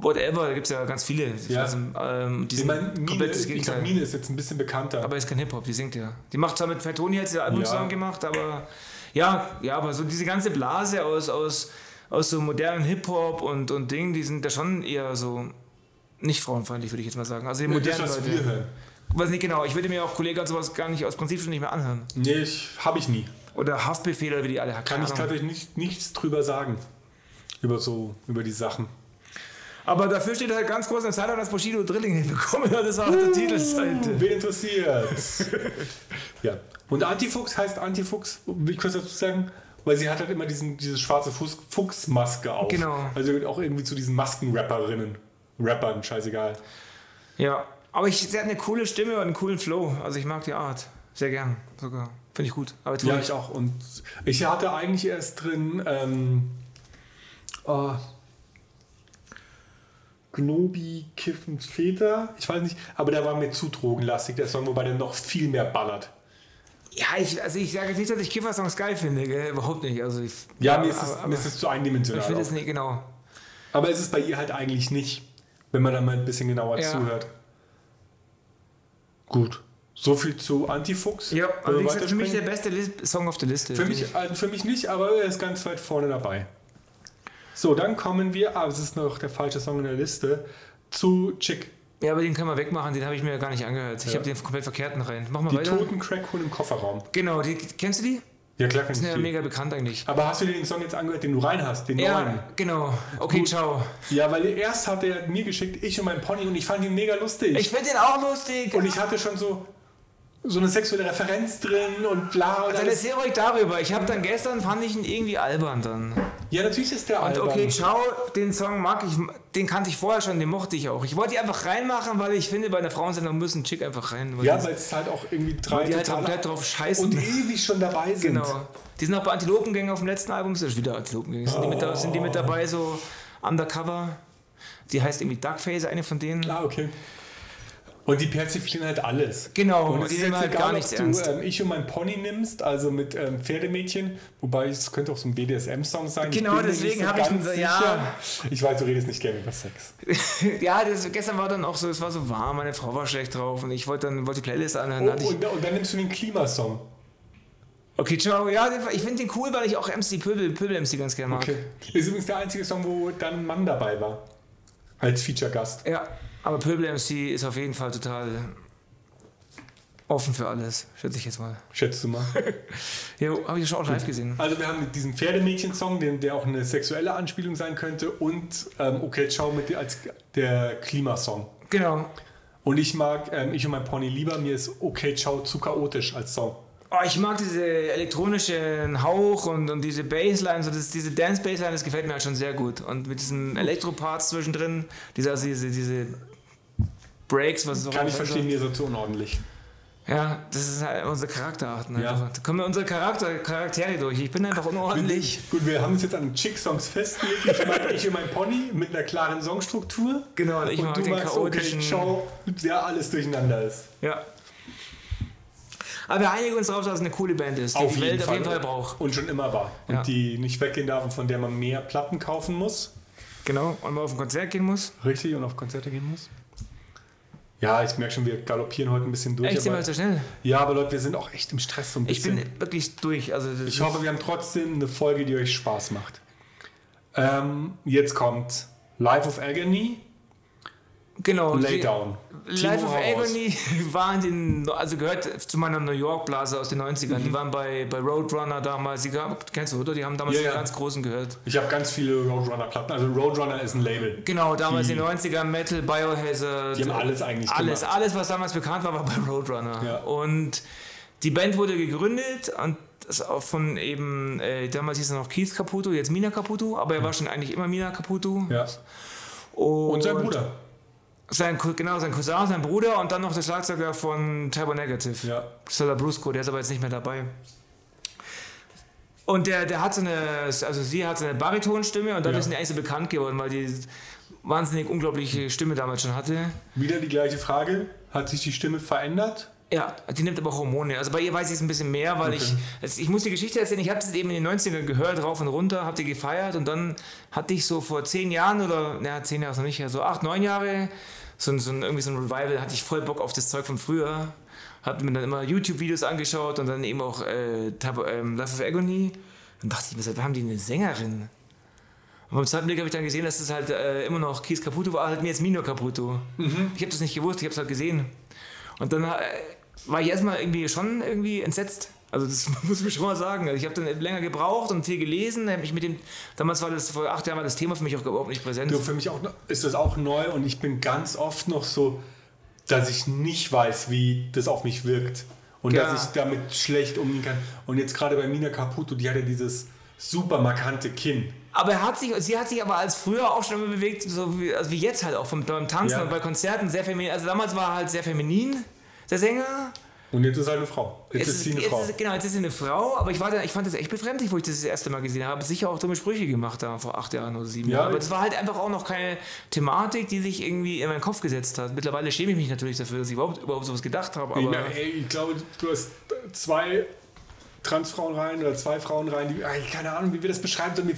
Speaker 2: whatever, da gibt es ja ganz viele.
Speaker 1: Ja.
Speaker 2: Also, ähm, die
Speaker 1: ich
Speaker 2: sind
Speaker 1: meine, Mine,
Speaker 2: komplettes
Speaker 1: ich
Speaker 2: Gegenteil.
Speaker 1: glaub, Mine ist jetzt ein bisschen bekannter.
Speaker 2: aber ist kein Hip-Hop, die singt ja. Die macht zwar mit Fettoni jetzt ihr Album
Speaker 1: Ja.
Speaker 2: zusammen gemacht, aber ja, ja, aber so diese ganze Blase aus, aus, aus so modernen Hip-Hop und, und Dingen, die sind da schon eher so nicht frauenfeindlich, würde ich jetzt mal sagen. Also die
Speaker 1: das,
Speaker 2: modernen
Speaker 1: was wir
Speaker 2: Leute.
Speaker 1: hören.
Speaker 2: Weiß nicht genau, ich würde mir auch Kollegen und sowas gar nicht aus Prinzip schon nicht mehr anhören.
Speaker 1: Nee, ich, habe ich nie.
Speaker 2: Oder Haftbefehl oder wie die alle
Speaker 1: Kann
Speaker 2: keine
Speaker 1: ich
Speaker 2: Ahnung.
Speaker 1: tatsächlich nicht, nichts drüber sagen. Über so, über die Sachen.
Speaker 2: Aber dafür steht halt ganz groß in der Zeitung, dass Bushido Drilling hinbekommen hat. Das war auf
Speaker 1: Uh.
Speaker 2: der Titelseite.
Speaker 1: Wen interessiert's? ja. Und Antifuchs heißt Antifuchs, will ich kurz dazu sagen, weil sie hat halt immer diesen, diese schwarze Fuß- Fuchsmaske auf.
Speaker 2: Genau.
Speaker 1: Also gehört auch irgendwie zu diesen Maskenrapperinnen. Rappern, scheißegal.
Speaker 2: Ja. Aber ich, sie hat eine coole Stimme und einen coolen Flow. Also ich mag die Art. Sehr gern. Sogar. Finde ich gut. Aber
Speaker 1: Ja,
Speaker 2: ja.
Speaker 1: ich auch. Und ich hatte eigentlich erst drin, ähm, oh, Gnobi, Kiffen, Väter, ich weiß nicht, aber der war mir zu drogenlastig, der Song, wobei der noch viel mehr ballert.
Speaker 2: ja, ich, also ich sage jetzt nicht, dass ich Kiffer-Songs geil finde. Gell? Überhaupt nicht. Also ich,
Speaker 1: Ja, mir ist es,
Speaker 2: aber-
Speaker 1: mir ist es zu eindimensional.
Speaker 2: ich finde
Speaker 1: auch.
Speaker 2: es nicht genau.
Speaker 1: Aber ist es bei ihr halt eigentlich nicht, wenn man da mal ein bisschen genauer
Speaker 2: Ja.
Speaker 1: zuhört. Gut. So viel zu Antifuchs.
Speaker 2: Ja,
Speaker 1: Wollen
Speaker 2: aber
Speaker 1: wir
Speaker 2: wie gesagt, Also für mich der
Speaker 1: weiterspringen?
Speaker 2: beste Lis- Song auf der Liste.
Speaker 1: für mich, also für mich nicht, aber er ist ganz weit vorne dabei. So, dann kommen wir, ah, es ist noch der falsche Song in der Liste, zu Chick.
Speaker 2: Ja, aber den können wir wegmachen. Den habe ich mir gar nicht angehört. Ich
Speaker 1: Ja.
Speaker 2: habe den komplett verkehrten rein. Mach mal
Speaker 1: Die
Speaker 2: weiter.
Speaker 1: toten Crackhuhn im Kofferraum.
Speaker 2: Genau. Die, kennst du die?
Speaker 1: Ja, klar, kann
Speaker 2: Die sind ja
Speaker 1: ich die.
Speaker 2: mega bekannt eigentlich.
Speaker 1: Aber hast du dir den Song jetzt angehört, den du rein hast? Den neuen?
Speaker 2: Ja, genau. Okay, ciao.
Speaker 1: Ja, weil erst hat er mir geschickt, ich und mein Pony, und ich fand ihn mega lustig.
Speaker 2: Ich finde den auch lustig.
Speaker 1: Und ich hatte schon so, so eine sexuelle Referenz drin und bla. Und
Speaker 2: dann
Speaker 1: alles.
Speaker 2: erzähl ruhig darüber. Ich habe dann gestern, fand ich ihn irgendwie albern dann.
Speaker 1: Ja, natürlich ist der
Speaker 2: Und
Speaker 1: albern.
Speaker 2: okay, ciao, den Song mag ich, den kannte ich vorher schon, den mochte ich auch. Ich wollte die einfach reinmachen, weil ich finde, bei einer Frauensendung müssen Chick einfach rein. Weil
Speaker 1: ja,
Speaker 2: die,
Speaker 1: weil es halt auch irgendwie drei
Speaker 2: weil die halt
Speaker 1: totale-
Speaker 2: komplett drauf scheißen.
Speaker 1: und ewig schon dabei sind.
Speaker 2: genau. Die sind auch bei Antilopengänge auf dem letzten Album, das ist wieder Antilopengänge. Sind, die mit da, sind die mit dabei, so undercover? Die heißt irgendwie Darkface, eine von denen.
Speaker 1: Ah, okay. Und die persiflieren halt alles.
Speaker 2: Genau,
Speaker 1: Und
Speaker 2: und
Speaker 1: es
Speaker 2: die
Speaker 1: ist
Speaker 2: nehmen
Speaker 1: jetzt
Speaker 2: halt
Speaker 1: egal,
Speaker 2: gar
Speaker 1: ob
Speaker 2: nichts
Speaker 1: du
Speaker 2: ernst.
Speaker 1: Ähm, ich und mein Pony nimmst, also mit ähm, Pferdemädchen, wobei es könnte auch so ein BDSM-Song sein.
Speaker 2: Genau,
Speaker 1: bin mir nicht
Speaker 2: deswegen
Speaker 1: so
Speaker 2: hab ich
Speaker 1: ganz
Speaker 2: ihn so- ja.
Speaker 1: sicher. Ich weiß, du redest nicht gerne über Sex.
Speaker 2: ja, das, gestern war dann auch so, es war so warm, meine Frau war schlecht drauf und ich wollte dann wollte die Playlist anhören.
Speaker 1: Oh,
Speaker 2: hatte ich,
Speaker 1: und, und dann nimmst du den Klimasong.
Speaker 2: okay, ciao. Ja, den- ich finde den cool, weil ich auch MC Pöbel, Pöbel MC ganz gerne mag.
Speaker 1: Okay. Ist übrigens der einzige Song, wo dann ein Mann dabei war. Als Feature-Gast.
Speaker 2: Ja, aber Pöbel MC ist auf jeden Fall total offen für alles, schätze ich jetzt mal.
Speaker 1: Schätzt du mal.
Speaker 2: Jo, habe ich schon auch live gesehen.
Speaker 1: Also wir haben diesen Pferdemädchen-Song, den- der auch eine sexuelle Anspielung sein könnte. Und ähm, Okay, ciao mit der, als der Klimasong.
Speaker 2: Genau.
Speaker 1: Und ich mag ähm, Ich und mein Pony lieber. Mir ist Okay, ciao zu chaotisch als Song.
Speaker 2: Oh, ich mag diese elektronischen Hauch und, und diese Bassline, so das, diese Dance-Bassline, das gefällt mir halt schon sehr gut. Und mit diesen Elektro-Parts zwischendrin, diese, also diese, diese Breaks, was es auch
Speaker 1: Kann ich
Speaker 2: immer
Speaker 1: verstehen, mir ist er zu unordentlich.
Speaker 2: So. Ja, das ist halt unsere Charakterarten.
Speaker 1: Ja.
Speaker 2: Einfach. Da kommen wir unsere Charakter Charaktere durch. Ich bin einfach unordentlich.
Speaker 1: Gut, wir haben uns jetzt an Chick-Songs festgelegt. Ich mag Ich und mein Pony mit einer klaren Songstruktur.
Speaker 2: Genau, und ich
Speaker 1: und
Speaker 2: mag
Speaker 1: du
Speaker 2: den
Speaker 1: magst Okay,
Speaker 2: chaotischen.
Speaker 1: ciao, der alles durcheinander ist.
Speaker 2: ja. Aber wir einigen uns darauf, dass es eine coole Band ist, die die Welt auf jeden Fall braucht.
Speaker 1: Und schon immer war. Und
Speaker 2: Ja.
Speaker 1: die nicht weggehen darf, von der man mehr Platten kaufen muss.
Speaker 2: Genau, und man auf ein Konzert gehen muss.
Speaker 1: Richtig, und auf Konzerte gehen muss. Ja, ich merke schon, wir galoppieren heute ein bisschen durch.
Speaker 2: Echt, sind wir
Speaker 1: aber,
Speaker 2: zu schnell?
Speaker 1: ja, aber Leute, wir sind auch echt im Stress so ein
Speaker 2: Ich
Speaker 1: bisschen.
Speaker 2: bin wirklich durch. Also das
Speaker 1: Ich hoffe, wir haben trotzdem eine Folge, die euch Spaß macht. Ähm, jetzt kommt Life of Agony,
Speaker 2: genau,
Speaker 1: Lay
Speaker 2: die-
Speaker 1: Down.
Speaker 2: Life
Speaker 1: Timo
Speaker 2: of
Speaker 1: Horvath.
Speaker 2: Agony war in den, also gehört zu meiner New York Blase aus den 90ern.
Speaker 1: Mhm.
Speaker 2: Die waren bei, bei Roadrunner damals. Die gab, kennst du, oder? Die haben damals
Speaker 1: Ja,
Speaker 2: die
Speaker 1: ja.
Speaker 2: ganz Großen gehört.
Speaker 1: Ich habe ganz viele Roadrunner-Platten. Also Roadrunner ist ein Label.
Speaker 2: Genau, damals
Speaker 1: Die-
Speaker 2: in den 90ern, Metal, Biohazard.
Speaker 1: Die haben alles eigentlich
Speaker 2: alles,
Speaker 1: gemacht.
Speaker 2: alles, was damals bekannt war, war bei Roadrunner.
Speaker 1: Ja.
Speaker 2: Und die Band wurde gegründet und das auch von eben, äh, damals hieß er noch Keith Caputo, jetzt Mina Caputo, aber er war schon eigentlich immer Mina Caputo.
Speaker 1: Ja.
Speaker 2: Oh.
Speaker 1: Und sein Bruder.
Speaker 2: Sein, Cou- genau, sein Cousin, sein Bruder und dann noch der Schlagzeuger von Turbo Negative.
Speaker 1: Ja.
Speaker 2: Sola Brusco, der ist aber jetzt nicht mehr dabei. Und der, der hat so eine, also sie hat so eine Baritonstimme und dann
Speaker 1: Ja.
Speaker 2: ist sie eigentlich so bekannt geworden, weil die wahnsinnig unglaubliche Stimme damals schon hatte.
Speaker 1: Wieder die gleiche Frage. Hat sich die Stimme verändert?
Speaker 2: Ja, die nimmt aber Hormone. Also bei ihr weiß ich es ein bisschen mehr, weil ich, also ich muss die Geschichte erzählen, ich habe das eben in den 90ern gehört, rauf und runter, habe die gefeiert und dann hatte ich so vor zehn Jahren oder, naja, zehn Jahre ist noch nicht, ja, so acht, neun Jahre, so, ein- so ein, irgendwie so ein Revival, hatte ich voll Bock auf das Zeug von früher. Habe mir dann immer YouTube-Videos angeschaut und dann eben auch äh, Tab ähm, Life of Agony. Dann dachte ich mir, seit wann haben die eine Sängerin? Und beim zweiten Blick habe ich dann gesehen, dass das halt äh, immer noch Kies Caputo war, halt mir jetzt Mino Caputo.
Speaker 1: Mhm.
Speaker 2: Ich habe das nicht gewusst, ich habe es halt gesehen. Und dann äh, war ich erstmal irgendwie schon irgendwie entsetzt. Also das muss ich schon mal sagen. Also ich habe dann länger gebraucht und viel gelesen. hab mich mit dem, damals war das vor acht Jahren war das Thema für mich auch überhaupt nicht präsent.
Speaker 1: Du, für mich auch, ist das auch neu und ich bin ganz oft noch so, dass ich nicht weiß, wie das auf mich wirkt. Und
Speaker 2: Ja.
Speaker 1: dass ich damit schlecht umgehen kann. Und jetzt gerade bei Mina Caputo, die hat ja dieses super markante Kinn.
Speaker 2: Aber er hat sich, sie hat sich aber als früher auch schon immer bewegt, so wie, also wie jetzt halt auch vom, beim Tanzen
Speaker 1: Ja.
Speaker 2: und bei Konzerten sehr feminin. Also damals war er halt sehr feminin, der Sänger.
Speaker 1: Und jetzt ist halt eine Frau. Jetzt, ist
Speaker 2: ist-
Speaker 1: sie eine
Speaker 2: jetzt
Speaker 1: Frau.
Speaker 2: Ist, genau, jetzt ist sie eine Frau, aber ich, war da, ich fand das echt befremdlich, wo ich das das erste Mal gesehen habe. Sicher auch dumme Sprüche gemacht da vor acht Jahren oder sieben
Speaker 1: Ja,
Speaker 2: Jahren. Aber
Speaker 1: ich-
Speaker 2: es war halt einfach auch noch keine Thematik, die sich irgendwie in meinen Kopf gesetzt hat. Mittlerweile schäme ich mich natürlich dafür, dass ich überhaupt, überhaupt sowas gedacht habe.
Speaker 1: Ich,
Speaker 2: Aber
Speaker 1: meine, ey, ich glaube, du hast zwei Transfrauen rein oder zwei Frauen rein, die, ey, keine Ahnung, wie wir das beschreiben. sollen.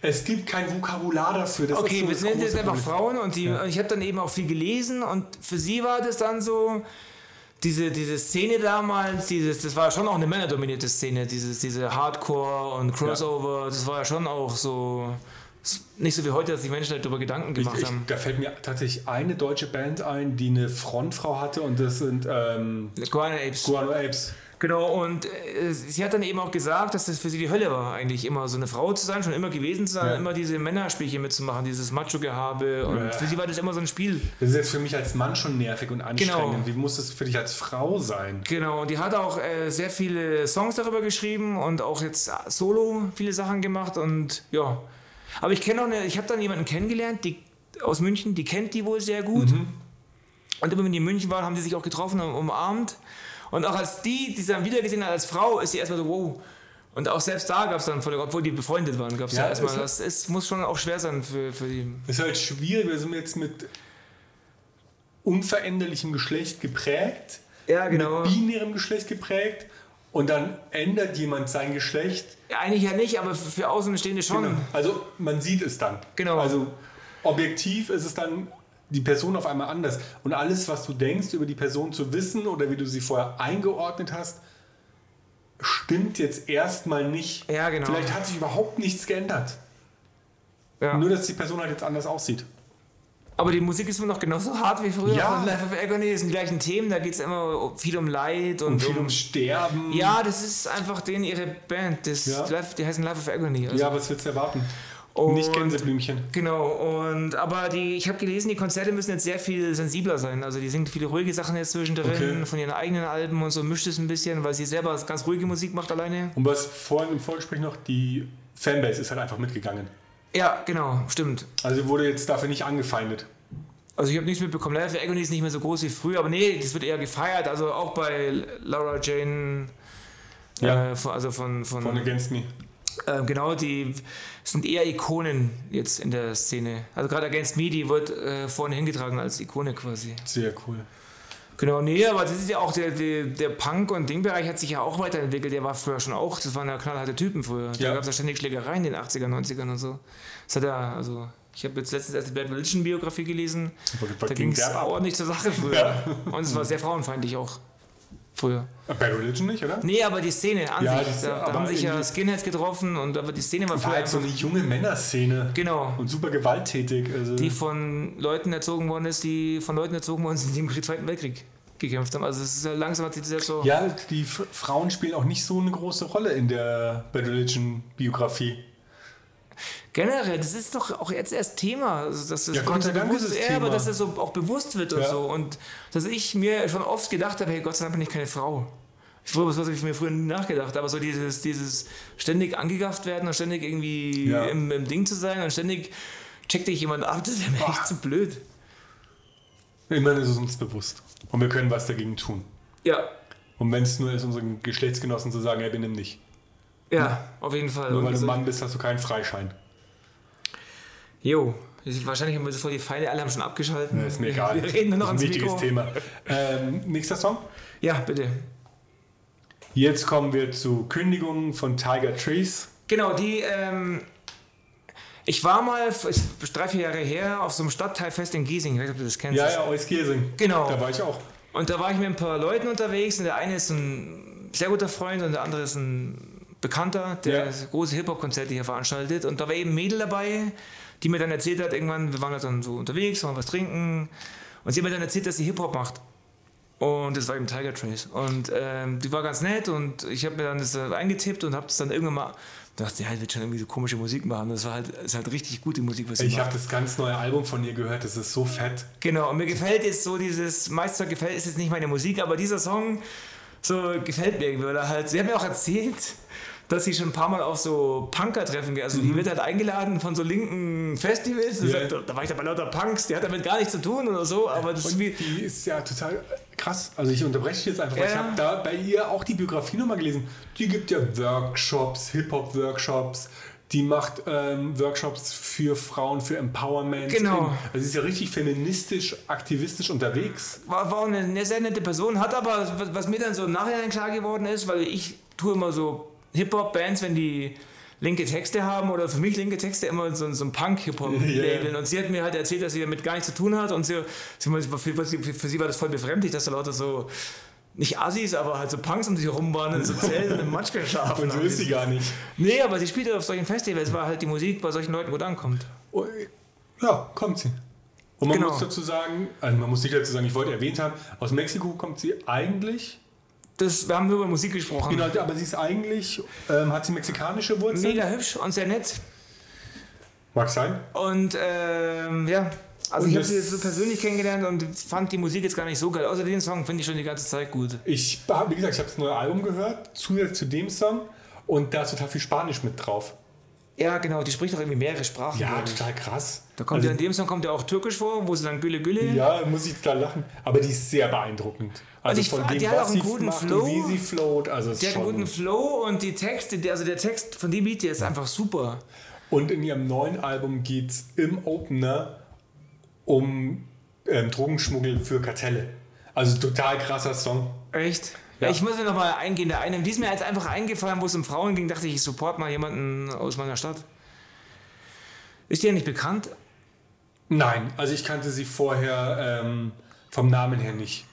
Speaker 1: Es gibt kein Vokabular dafür. Das
Speaker 2: Okay, wir
Speaker 1: ist so
Speaker 2: sind
Speaker 1: das
Speaker 2: jetzt
Speaker 1: große
Speaker 2: einfach
Speaker 1: Problem.
Speaker 2: Frauen und die, ich habe dann eben auch viel gelesen und für sie war das dann so, diese, diese Szene damals, dieses, das war schon auch eine männerdominierte Szene, dieses, diese Hardcore und Crossover, das war ja schon auch so, s- nicht so wie heute, dass sich Menschen halt darüber Gedanken gemacht
Speaker 1: Ich, ich,
Speaker 2: haben.
Speaker 1: da fällt mir tatsächlich eine deutsche Band ein, die eine Frontfrau hatte und das sind ähm,
Speaker 2: Guana Apes.
Speaker 1: Guano Apes.
Speaker 2: Genau, und äh, sie hat dann eben auch gesagt, dass das für sie die Hölle war, eigentlich immer so eine Frau zu sein, schon immer gewesen zu sein,
Speaker 1: Ja.
Speaker 2: immer diese Männerspielchen mitzumachen, dieses Macho-Gehabe. Und
Speaker 1: Bäh.
Speaker 2: für sie war das immer so ein Spiel.
Speaker 1: Das ist jetzt für mich als Mann schon nervig und anstrengend.
Speaker 2: Genau.
Speaker 1: Wie muss es für dich als Frau sein?
Speaker 2: Genau, und die hat auch äh, sehr viele Songs darüber geschrieben und auch jetzt solo viele Sachen gemacht und ja. Aber ich kenne auch eine, ich habe dann jemanden kennengelernt, die aus München, die kennt die wohl sehr gut.
Speaker 1: Mhm.
Speaker 2: Und immer wenn die in München waren, haben die sich auch getroffen und umarmt. Und auch als die, die sie dann wieder gesehen hat als Frau, ist sie erstmal so, wow. Und auch selbst da gab es dann, voll- obwohl die befreundet waren, gab es
Speaker 1: Ja,
Speaker 2: ja, erstmal,
Speaker 1: ist-
Speaker 2: das ist, muss schon auch schwer sein für, für die.
Speaker 1: Ist halt schwierig, wir sind jetzt mit unveränderlichem Geschlecht geprägt,
Speaker 2: Ja, genau.
Speaker 1: mit binärem Geschlecht geprägt und dann ändert jemand sein Geschlecht.
Speaker 2: Eigentlich ja nicht, aber für, für Außenstehende schon.
Speaker 1: Also man sieht es dann.
Speaker 2: Mhm. Genau.
Speaker 1: Also objektiv ist es dann die Person auf einmal anders. Und alles, was du denkst über die Person zu wissen oder wie du sie vorher eingeordnet hast, stimmt jetzt erstmal nicht.
Speaker 2: Ja, genau.
Speaker 1: Vielleicht hat sich überhaupt nichts geändert.
Speaker 2: Ja.
Speaker 1: Nur, dass die Person halt jetzt anders aussieht.
Speaker 2: Aber die Musik ist immer noch genauso hart wie früher
Speaker 1: Ja.
Speaker 2: von Life of Agony. Es sind die gleichen Themen, da geht es immer viel um Leid und,
Speaker 1: Und viel ums Sterben.
Speaker 2: Ja, das ist einfach denen ihre Band. Das
Speaker 1: Ja.
Speaker 2: Life, die heißen Life of Agony. Also.
Speaker 1: Ja, was willst du erwarten?
Speaker 2: Und-
Speaker 1: Nicht Gänseblümchen.
Speaker 2: Genau, und aber die, ich habe gelesen, die Konzerte müssen jetzt sehr viel sensibler sein. Also die singen viele ruhige Sachen jetzt zwischendrin
Speaker 1: Okay.
Speaker 2: von ihren eigenen Alben und so, mischt es ein bisschen, weil sie selber ganz ruhige Musik macht alleine.
Speaker 1: Und was vorhin im Vorgespräch noch, die Fanbase ist halt einfach mitgegangen.
Speaker 2: Ja, genau, stimmt.
Speaker 1: Also wurde jetzt dafür nicht angefeindet.
Speaker 2: Also ich habe nichts mitbekommen. Live of Agony ist nicht mehr so groß wie früher, aber nee, das wird eher gefeiert. Also auch bei Laura Jane,
Speaker 1: Ja.
Speaker 2: äh, von, also von, von,
Speaker 1: Von Against Me.
Speaker 2: Ähm, genau, die sind eher Ikonen jetzt in der Szene. Also gerade Against Me, die wird äh, vorne hingetragen als Ikone quasi.
Speaker 1: Sehr cool.
Speaker 2: Genau, nee, aber das ist ja auch der, der, der Punk- und Dingbereich hat sich ja auch weiterentwickelt. Der war früher schon auch, das waren ja knallharte Typen früher. Da
Speaker 1: Ja.
Speaker 2: gab es ja ständig Schlägereien in den 80ern, 90ern und so. Das hat ja, also, ich habe jetzt letztens erst die Bad Religion-Biografie gelesen. Da ging es ordentlich zur Sache früher.
Speaker 1: Ja.
Speaker 2: Und es war sehr frauenfeindlich auch früher.
Speaker 1: Bad Religion nicht, oder?
Speaker 2: Nee, aber die Szene an
Speaker 1: Ja,
Speaker 2: sich,
Speaker 1: das-
Speaker 2: da, da
Speaker 1: aber
Speaker 2: haben sich ja
Speaker 1: irgendwie-
Speaker 2: Skinheads getroffen und aber die Szene war
Speaker 1: War
Speaker 2: früher
Speaker 1: halt so
Speaker 2: einfach,
Speaker 1: eine junge Männerszene.
Speaker 2: genau.
Speaker 1: Und super gewalttätig. Also
Speaker 2: die von Leuten erzogen worden ist, die von Leuten erzogen worden sind, die im Zweiten Weltkrieg gekämpft haben. Also es ist ja langsam hat sich das jetzt so.
Speaker 1: ja, die F Frauen spielen auch nicht so eine große Rolle in der Bad Religion Biografie.
Speaker 2: Generell, das ist doch auch jetzt erst Thema, also dass das
Speaker 1: Ja, Gott sei Dank
Speaker 2: bewusst
Speaker 1: ist es
Speaker 2: ja, aber
Speaker 1: Thema.
Speaker 2: dass das so auch bewusst wird und
Speaker 1: Ja.
Speaker 2: so. Und dass ich mir schon oft gedacht habe, hey, Gott sei Dank bin ich keine Frau. Ich früher, was habe ich mir früher nie nachgedacht, aber so dieses, dieses ständig angegafft werden und ständig irgendwie
Speaker 1: Ja.
Speaker 2: im, im Ding zu sein und ständig checkt dich jemand ab, das ist mir echt zu blöd.
Speaker 1: Immerhin ist es uns bewusst. Und wir können was dagegen tun.
Speaker 2: Ja,
Speaker 1: Und wenn es nur ist, unseren Geschlechtsgenossen zu sagen, ey, benimm dich.
Speaker 2: ja, auf jeden Fall.
Speaker 1: Nur
Speaker 2: Und
Speaker 1: weil du
Speaker 2: so-
Speaker 1: Mann bist, hast du keinen Freischein.
Speaker 2: Jo, wahrscheinlich haben wir sofort die Feinde, alle haben schon abgeschalten.
Speaker 1: Ja, Äh, Ist mir egal.
Speaker 2: Wir reden nur noch
Speaker 1: ist ein
Speaker 2: ans
Speaker 1: wichtiges
Speaker 2: Mikro.
Speaker 1: Thema. Ähm, nächster Song.
Speaker 2: Ja, bitte.
Speaker 1: Jetzt kommen wir zu Kündigungen von Tiger Trees.
Speaker 2: Genau, die, ähm, ich war mal, f- ist drei, vier Jahre her, auf so einem Stadtteilfest in Giesing, ich weiß nicht, ob du das kennst.
Speaker 1: Ja, ja, Euskirchen.
Speaker 2: Genau.
Speaker 1: Da war ich auch.
Speaker 2: Und da war ich mit ein paar Leuten unterwegs und der eine ist ein sehr guter Freund und der andere ist ein Bekannter, der
Speaker 1: Ja.
Speaker 2: große Hip-Hop-Konzerte hier veranstaltet. Und da war eben ein Mädel dabei, die mir dann erzählt hat, irgendwann, wir waren halt dann so unterwegs, wollen was trinken. Und sie hat mir dann erzählt, dass sie Hip-Hop macht. Und das war eben Tiger Trace. Und ähm, die war ganz nett und ich habe mir dann das dann eingetippt und habe das dann irgendwann mal. dachte, ja, die wird schon irgendwie so komische Musik machen. Das war halt, ist halt richtig gute Musik, was sie
Speaker 1: Ich
Speaker 2: macht.
Speaker 1: habe das ganz neue Album von ihr gehört. Das ist so fett.
Speaker 2: Genau, und mir gefällt jetzt so dieses, Meister gefällt, ist jetzt nicht meine Musik, aber dieser Song so gefällt mir irgendwie. Oder halt, sie hat mir auch erzählt, dass sie schon ein paar Mal auf so Punker-Treffen geht. Also die wird halt eingeladen von so linken Festivals. Und
Speaker 1: Mhm. Ja.
Speaker 2: sagt, da war ich da bei lauter Punks, die hat damit gar nichts zu tun oder so, aber das ist
Speaker 1: Und
Speaker 2: wie.
Speaker 1: die ist ja total krass. Also ich unterbreche dich jetzt einfach, weil
Speaker 2: Ja.
Speaker 1: ich habe da bei ihr auch die Biografie nochmal gelesen. Die gibt ja Workshops, Hip-Hop-Workshops. Die macht ähm, Workshops für Frauen, für Empowerment.
Speaker 2: Genau.
Speaker 1: also sie ist ja richtig feministisch, aktivistisch unterwegs.
Speaker 2: war, war auch eine ne- sehr nette Person, hat aber, was- was mir dann so im Nachhinein klar geworden ist, weil ich tue immer so Hip-Hop-Bands, wenn die linke Texte haben oder für mich linke Texte immer so, so ein Punk-Hip-Hop
Speaker 1: Ja, ja.
Speaker 2: labeln. Und sie hat mir halt erzählt, dass sie damit gar nichts zu tun hat und sie, sie, meinte, für, für, sie- für sie war das voll befremdlich, dass da lauter so, nicht Assis, aber halt so Punks um sie herum waren und so Zellen und im Matsch geschlafen
Speaker 1: Und so
Speaker 2: haben.
Speaker 1: ist sie gar nicht.
Speaker 2: Nee, aber sie spielte auf solchen Festivals, weil halt die Musik bei solchen Leuten gut ankommt.
Speaker 1: Oh, Ja, kommt sie. Und man
Speaker 2: Genau.
Speaker 1: muss dazu sagen, also man muss nicht dazu sagen, ich wollte erwähnt haben, aus Mexiko kommt sie eigentlich.
Speaker 2: das, wir haben nur über Musik gesprochen.
Speaker 1: Genau, aber sie ist eigentlich, ähm, hat sie mexikanische Wurzeln.
Speaker 2: Mega hübsch und sehr nett.
Speaker 1: Mag sein.
Speaker 2: Und ähm, ja, also
Speaker 1: Und
Speaker 2: ich habe
Speaker 1: das-
Speaker 2: sie jetzt so persönlich kennengelernt und fand die Musik jetzt gar nicht so geil. Außer den Song finde ich schon die ganze Zeit gut.
Speaker 1: Ich habe, wie gesagt, ich habe das neue Album gehört, zusätzlich zu dem Song. Und da ist total viel Spanisch mit drauf.
Speaker 2: Ja, genau, die spricht doch irgendwie mehrere Sprachen.
Speaker 1: Ja,
Speaker 2: glaub ich.
Speaker 1: total krass.
Speaker 2: Da kommt
Speaker 1: also,
Speaker 2: ja in dem Song kommt ja auch Türkisch vor, wo sie dann Gülle Gülle.
Speaker 1: ja, muss ich da lachen. Aber die ist sehr beeindruckend. Also
Speaker 2: ich
Speaker 1: von
Speaker 2: fa-
Speaker 1: dem,
Speaker 2: die hat auch
Speaker 1: was
Speaker 2: einen
Speaker 1: sie
Speaker 2: guten
Speaker 1: macht
Speaker 2: Flow.
Speaker 1: und wie sie float. Also ist
Speaker 2: Die hat einen
Speaker 1: schon
Speaker 2: guten Flow und die Texte, die- also der Text von dem Lied, der ist einfach super.
Speaker 1: Und in ihrem neuen Album geht es im Opener um ähm, Drogenschmuggel für Kartelle. Also total krasser Song.
Speaker 2: Echt?
Speaker 1: Ja.
Speaker 2: Ich muss mir nochmal eingehen, da einem, die ist mir jetzt einfach eingefallen, wo es um Frauen ging, dachte ich, ich support mal jemanden aus meiner Stadt. Ist dir ja nicht bekannt?
Speaker 1: Nein, also ich kannte sie vorher ähm, vom Namen her nicht.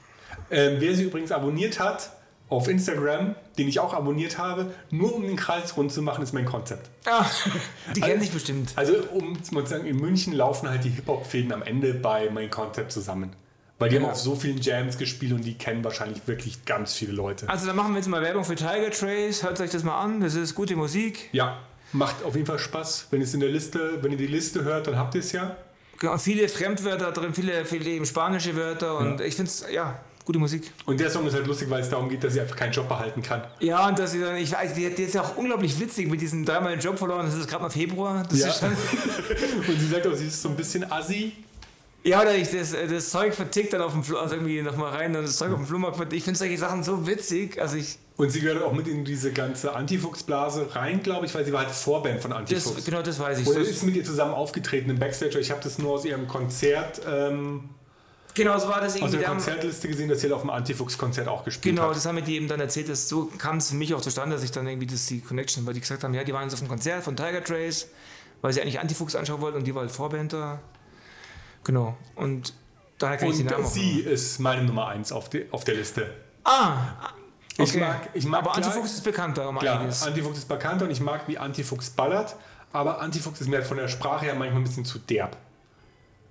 Speaker 1: Ähm, wer sie übrigens abonniert hat auf Instagram, den ich auch abonniert habe, nur um den Kreis rund zu machen, ist mein Konzept.
Speaker 2: Ah, die kennt dich bestimmt.
Speaker 1: Also um es mal zu sagen, in München laufen halt die Hip-Hop-Fäden am Ende bei mein Konzept zusammen. Weil die haben
Speaker 2: Ja.
Speaker 1: auf so vielen Jams gespielt und die kennen wahrscheinlich wirklich ganz viele Leute.
Speaker 2: Also dann machen wir jetzt mal Werbung für Tiger Trace. Hört euch das mal an. Das ist gute Musik.
Speaker 1: Ja, macht auf jeden Fall Spaß. Wenn es in der Liste, wenn ihr die Liste hört, dann habt ihr es ja.
Speaker 2: Genau, viele Fremdwörter drin, viele, viele eben spanische Wörter und ich finde es, ja, gute Musik.
Speaker 1: Und der Song ist halt lustig, weil es darum geht, dass sie einfach keinen Job behalten kann.
Speaker 2: Ja, und dass sie dann, ich weiß, die, die ist ja auch unglaublich witzig mit diesem dreimal den Job verloren. Das ist gerade mal Februar. Das
Speaker 1: Ja.
Speaker 2: ist schon,
Speaker 1: Und sie sagt auch, sie ist so ein bisschen assi.
Speaker 2: ja, oder ich, das, das Zeug vertickt dann auf dem Flo, also irgendwie nochmal rein und das Zeug auf dem Flohmarkt vertickt. Ich finde solche Sachen so witzig. Also ich,
Speaker 1: Und sie gehört auch mit in diese ganze Antifuchsblase rein, glaube ich, weil sie war halt Vorband von
Speaker 2: das,
Speaker 1: Antifuchs.
Speaker 2: genau das weiß ich.
Speaker 1: Oder
Speaker 2: Das-
Speaker 1: ist mit ihr zusammen aufgetreten im Backstage. Ich habe das nur aus ihrem Konzert, ähm,
Speaker 2: genau, so war das
Speaker 1: aus
Speaker 2: irgendwie.
Speaker 1: ihrer
Speaker 2: da haben-
Speaker 1: Konzertliste gesehen, dass sie halt auf dem Antifuchs-Konzert auch gespielt
Speaker 2: Genau,
Speaker 1: hat.
Speaker 2: das haben mir die eben dann erzählt. Dass so kam es für mich auch zustande, dass ich dann irgendwie das, die Connection, weil die gesagt haben, ja, die waren jetzt auf einem Konzert von Tiger Trace, weil sie eigentlich Antifuchs anschauen wollten und die war halt Vorband da. Genau. Und daher kann ich den
Speaker 1: Und
Speaker 2: Namen auch.
Speaker 1: sie ist meine Nummer eins auf, die, auf der Liste.
Speaker 2: Ah! Okay.
Speaker 1: Ich mag, ich mag
Speaker 2: Aber
Speaker 1: gleich-
Speaker 2: Antifuchs ist bekannter um
Speaker 1: Klar,
Speaker 2: einiges.
Speaker 1: Antifuchs ist bekannt und ich mag, wie Antifuchs ballert, aber Antifuchs ist mir halt von der Sprache her manchmal ein bisschen zu derb.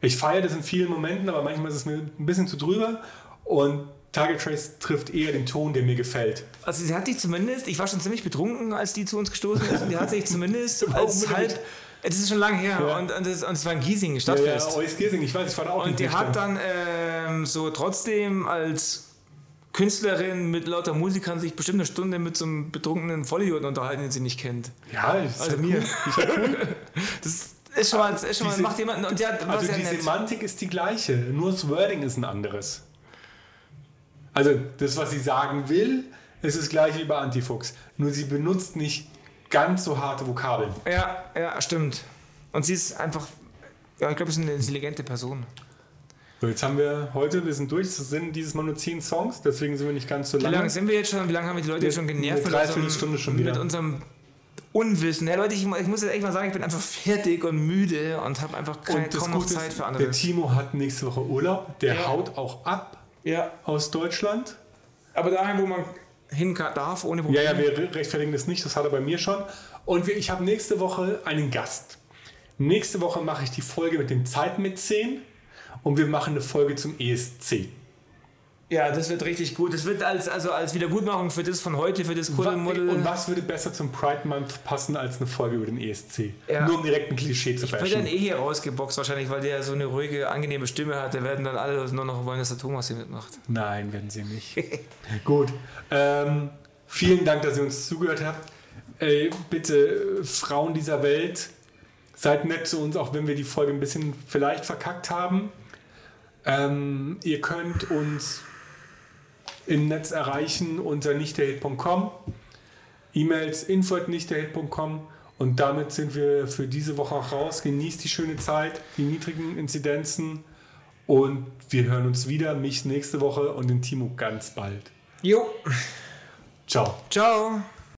Speaker 1: Ich feiere das in vielen Momenten, aber manchmal ist es mir ein bisschen zu drüber und Target Trace trifft eher den Ton, der mir gefällt.
Speaker 2: Also sie hat dich zumindest, ich war schon ziemlich betrunken, als die zu uns gestoßen ist, und die hat sich zumindest als
Speaker 1: unbedingt.
Speaker 2: halb. Es ist schon lange her
Speaker 1: Ja.
Speaker 2: und, und, das, und es war in Giesing,
Speaker 1: Ja,
Speaker 2: Stadtfest.
Speaker 1: Ois Giesing, ich weiß, ich fand auch
Speaker 2: Und
Speaker 1: nicht
Speaker 2: die hat
Speaker 1: nüchtern.
Speaker 2: dann ähm, so trotzdem als Künstlerin mit lauter Musikern sich bestimmt eine Stunde mit so einem betrunkenen Vollidioten unterhalten, den sie nicht kennt.
Speaker 1: Ja, das ist
Speaker 2: Also
Speaker 1: halt
Speaker 2: mir.
Speaker 1: cool.
Speaker 2: Das ist schon mal, das ist schon mal
Speaker 1: Diese-
Speaker 2: macht jemanden und die hat war
Speaker 1: Also
Speaker 2: sehr
Speaker 1: die
Speaker 2: nett.
Speaker 1: Semantik ist die gleiche, nur das Wording ist ein anderes. Also das, was sie sagen will, ist das gleiche wie bei Antifuchs. Nur sie benutzt nicht ganz so harte Vokabeln.
Speaker 2: Ja, ja, stimmt. Und sie ist einfach, ja, ich glaube, sie ist eine intelligente Person.
Speaker 1: So, jetzt haben wir heute, wir sind durch, es sind dieses Mal nur 10 Songs, deswegen sind wir nicht ganz so
Speaker 2: Wie
Speaker 1: lange.
Speaker 2: lange sind wir jetzt schon? Wie lange haben wir die Leute jetzt schon genervt?
Speaker 1: Eine
Speaker 2: mit unserem-
Speaker 1: Dreiviertelstunde schon wieder.
Speaker 2: Mit unserem Unwissen. Ja, Leute, ich, mu- ich muss jetzt echt mal sagen, ich bin einfach fertig und müde und habe einfach keine
Speaker 1: Und das
Speaker 2: kaum noch
Speaker 1: Gute
Speaker 2: Zeit
Speaker 1: ist,
Speaker 2: für
Speaker 1: der
Speaker 2: anderes.
Speaker 1: Timo hat nächste Woche Urlaub, der
Speaker 2: Ja.
Speaker 1: haut auch ab
Speaker 2: Ja,
Speaker 1: aus Deutschland.
Speaker 2: aber dahin, wo man hin ka- darf, ohne
Speaker 1: Ja,
Speaker 2: Probleme.
Speaker 1: ja, wir re- rechtfertigen das nicht, das hat er bei mir schon. Und wir, ich habe nächste Woche einen Gast. Nächste Woche mache ich die Folge mit dem Zeitmäzen und wir machen eine Folge zum E ESC.
Speaker 2: Ja, das wird richtig gut. Das wird als, also als Wiedergutmachung für das von heute, für das
Speaker 1: Wa-
Speaker 2: Kuddelmuddel.
Speaker 1: Und was würde besser zum Pride Month passen als eine Folge über den ESC?
Speaker 2: Ja.
Speaker 1: Nur um direkt ein Klischee zu
Speaker 2: Wird dann
Speaker 1: bashen.
Speaker 2: eh hier rausgeboxt wahrscheinlich, weil der so eine ruhige, angenehme Stimme hat. Da werden dann alle nur noch wollen, dass der Thomas hier mitmacht.
Speaker 1: Nein, werden sie nicht. Gut. Ähm, vielen Dank, dass ihr uns zugehört habt. Ey, bitte, äh, Frauen dieser Welt, seid nett zu uns, auch wenn wir die Folge ein bisschen vielleicht verkackt haben. Ähm, ihr könnt uns im Netz erreichen unter nichtderhit.com, E-Mails info.nichtderhit.com und damit sind wir für diese Woche auch raus. Genießt die schöne Zeit, die niedrigen Inzidenzen und wir hören uns wieder, mich nächste Woche und den Timo ganz bald.
Speaker 2: Jo.
Speaker 1: Ciao.
Speaker 2: Ciao.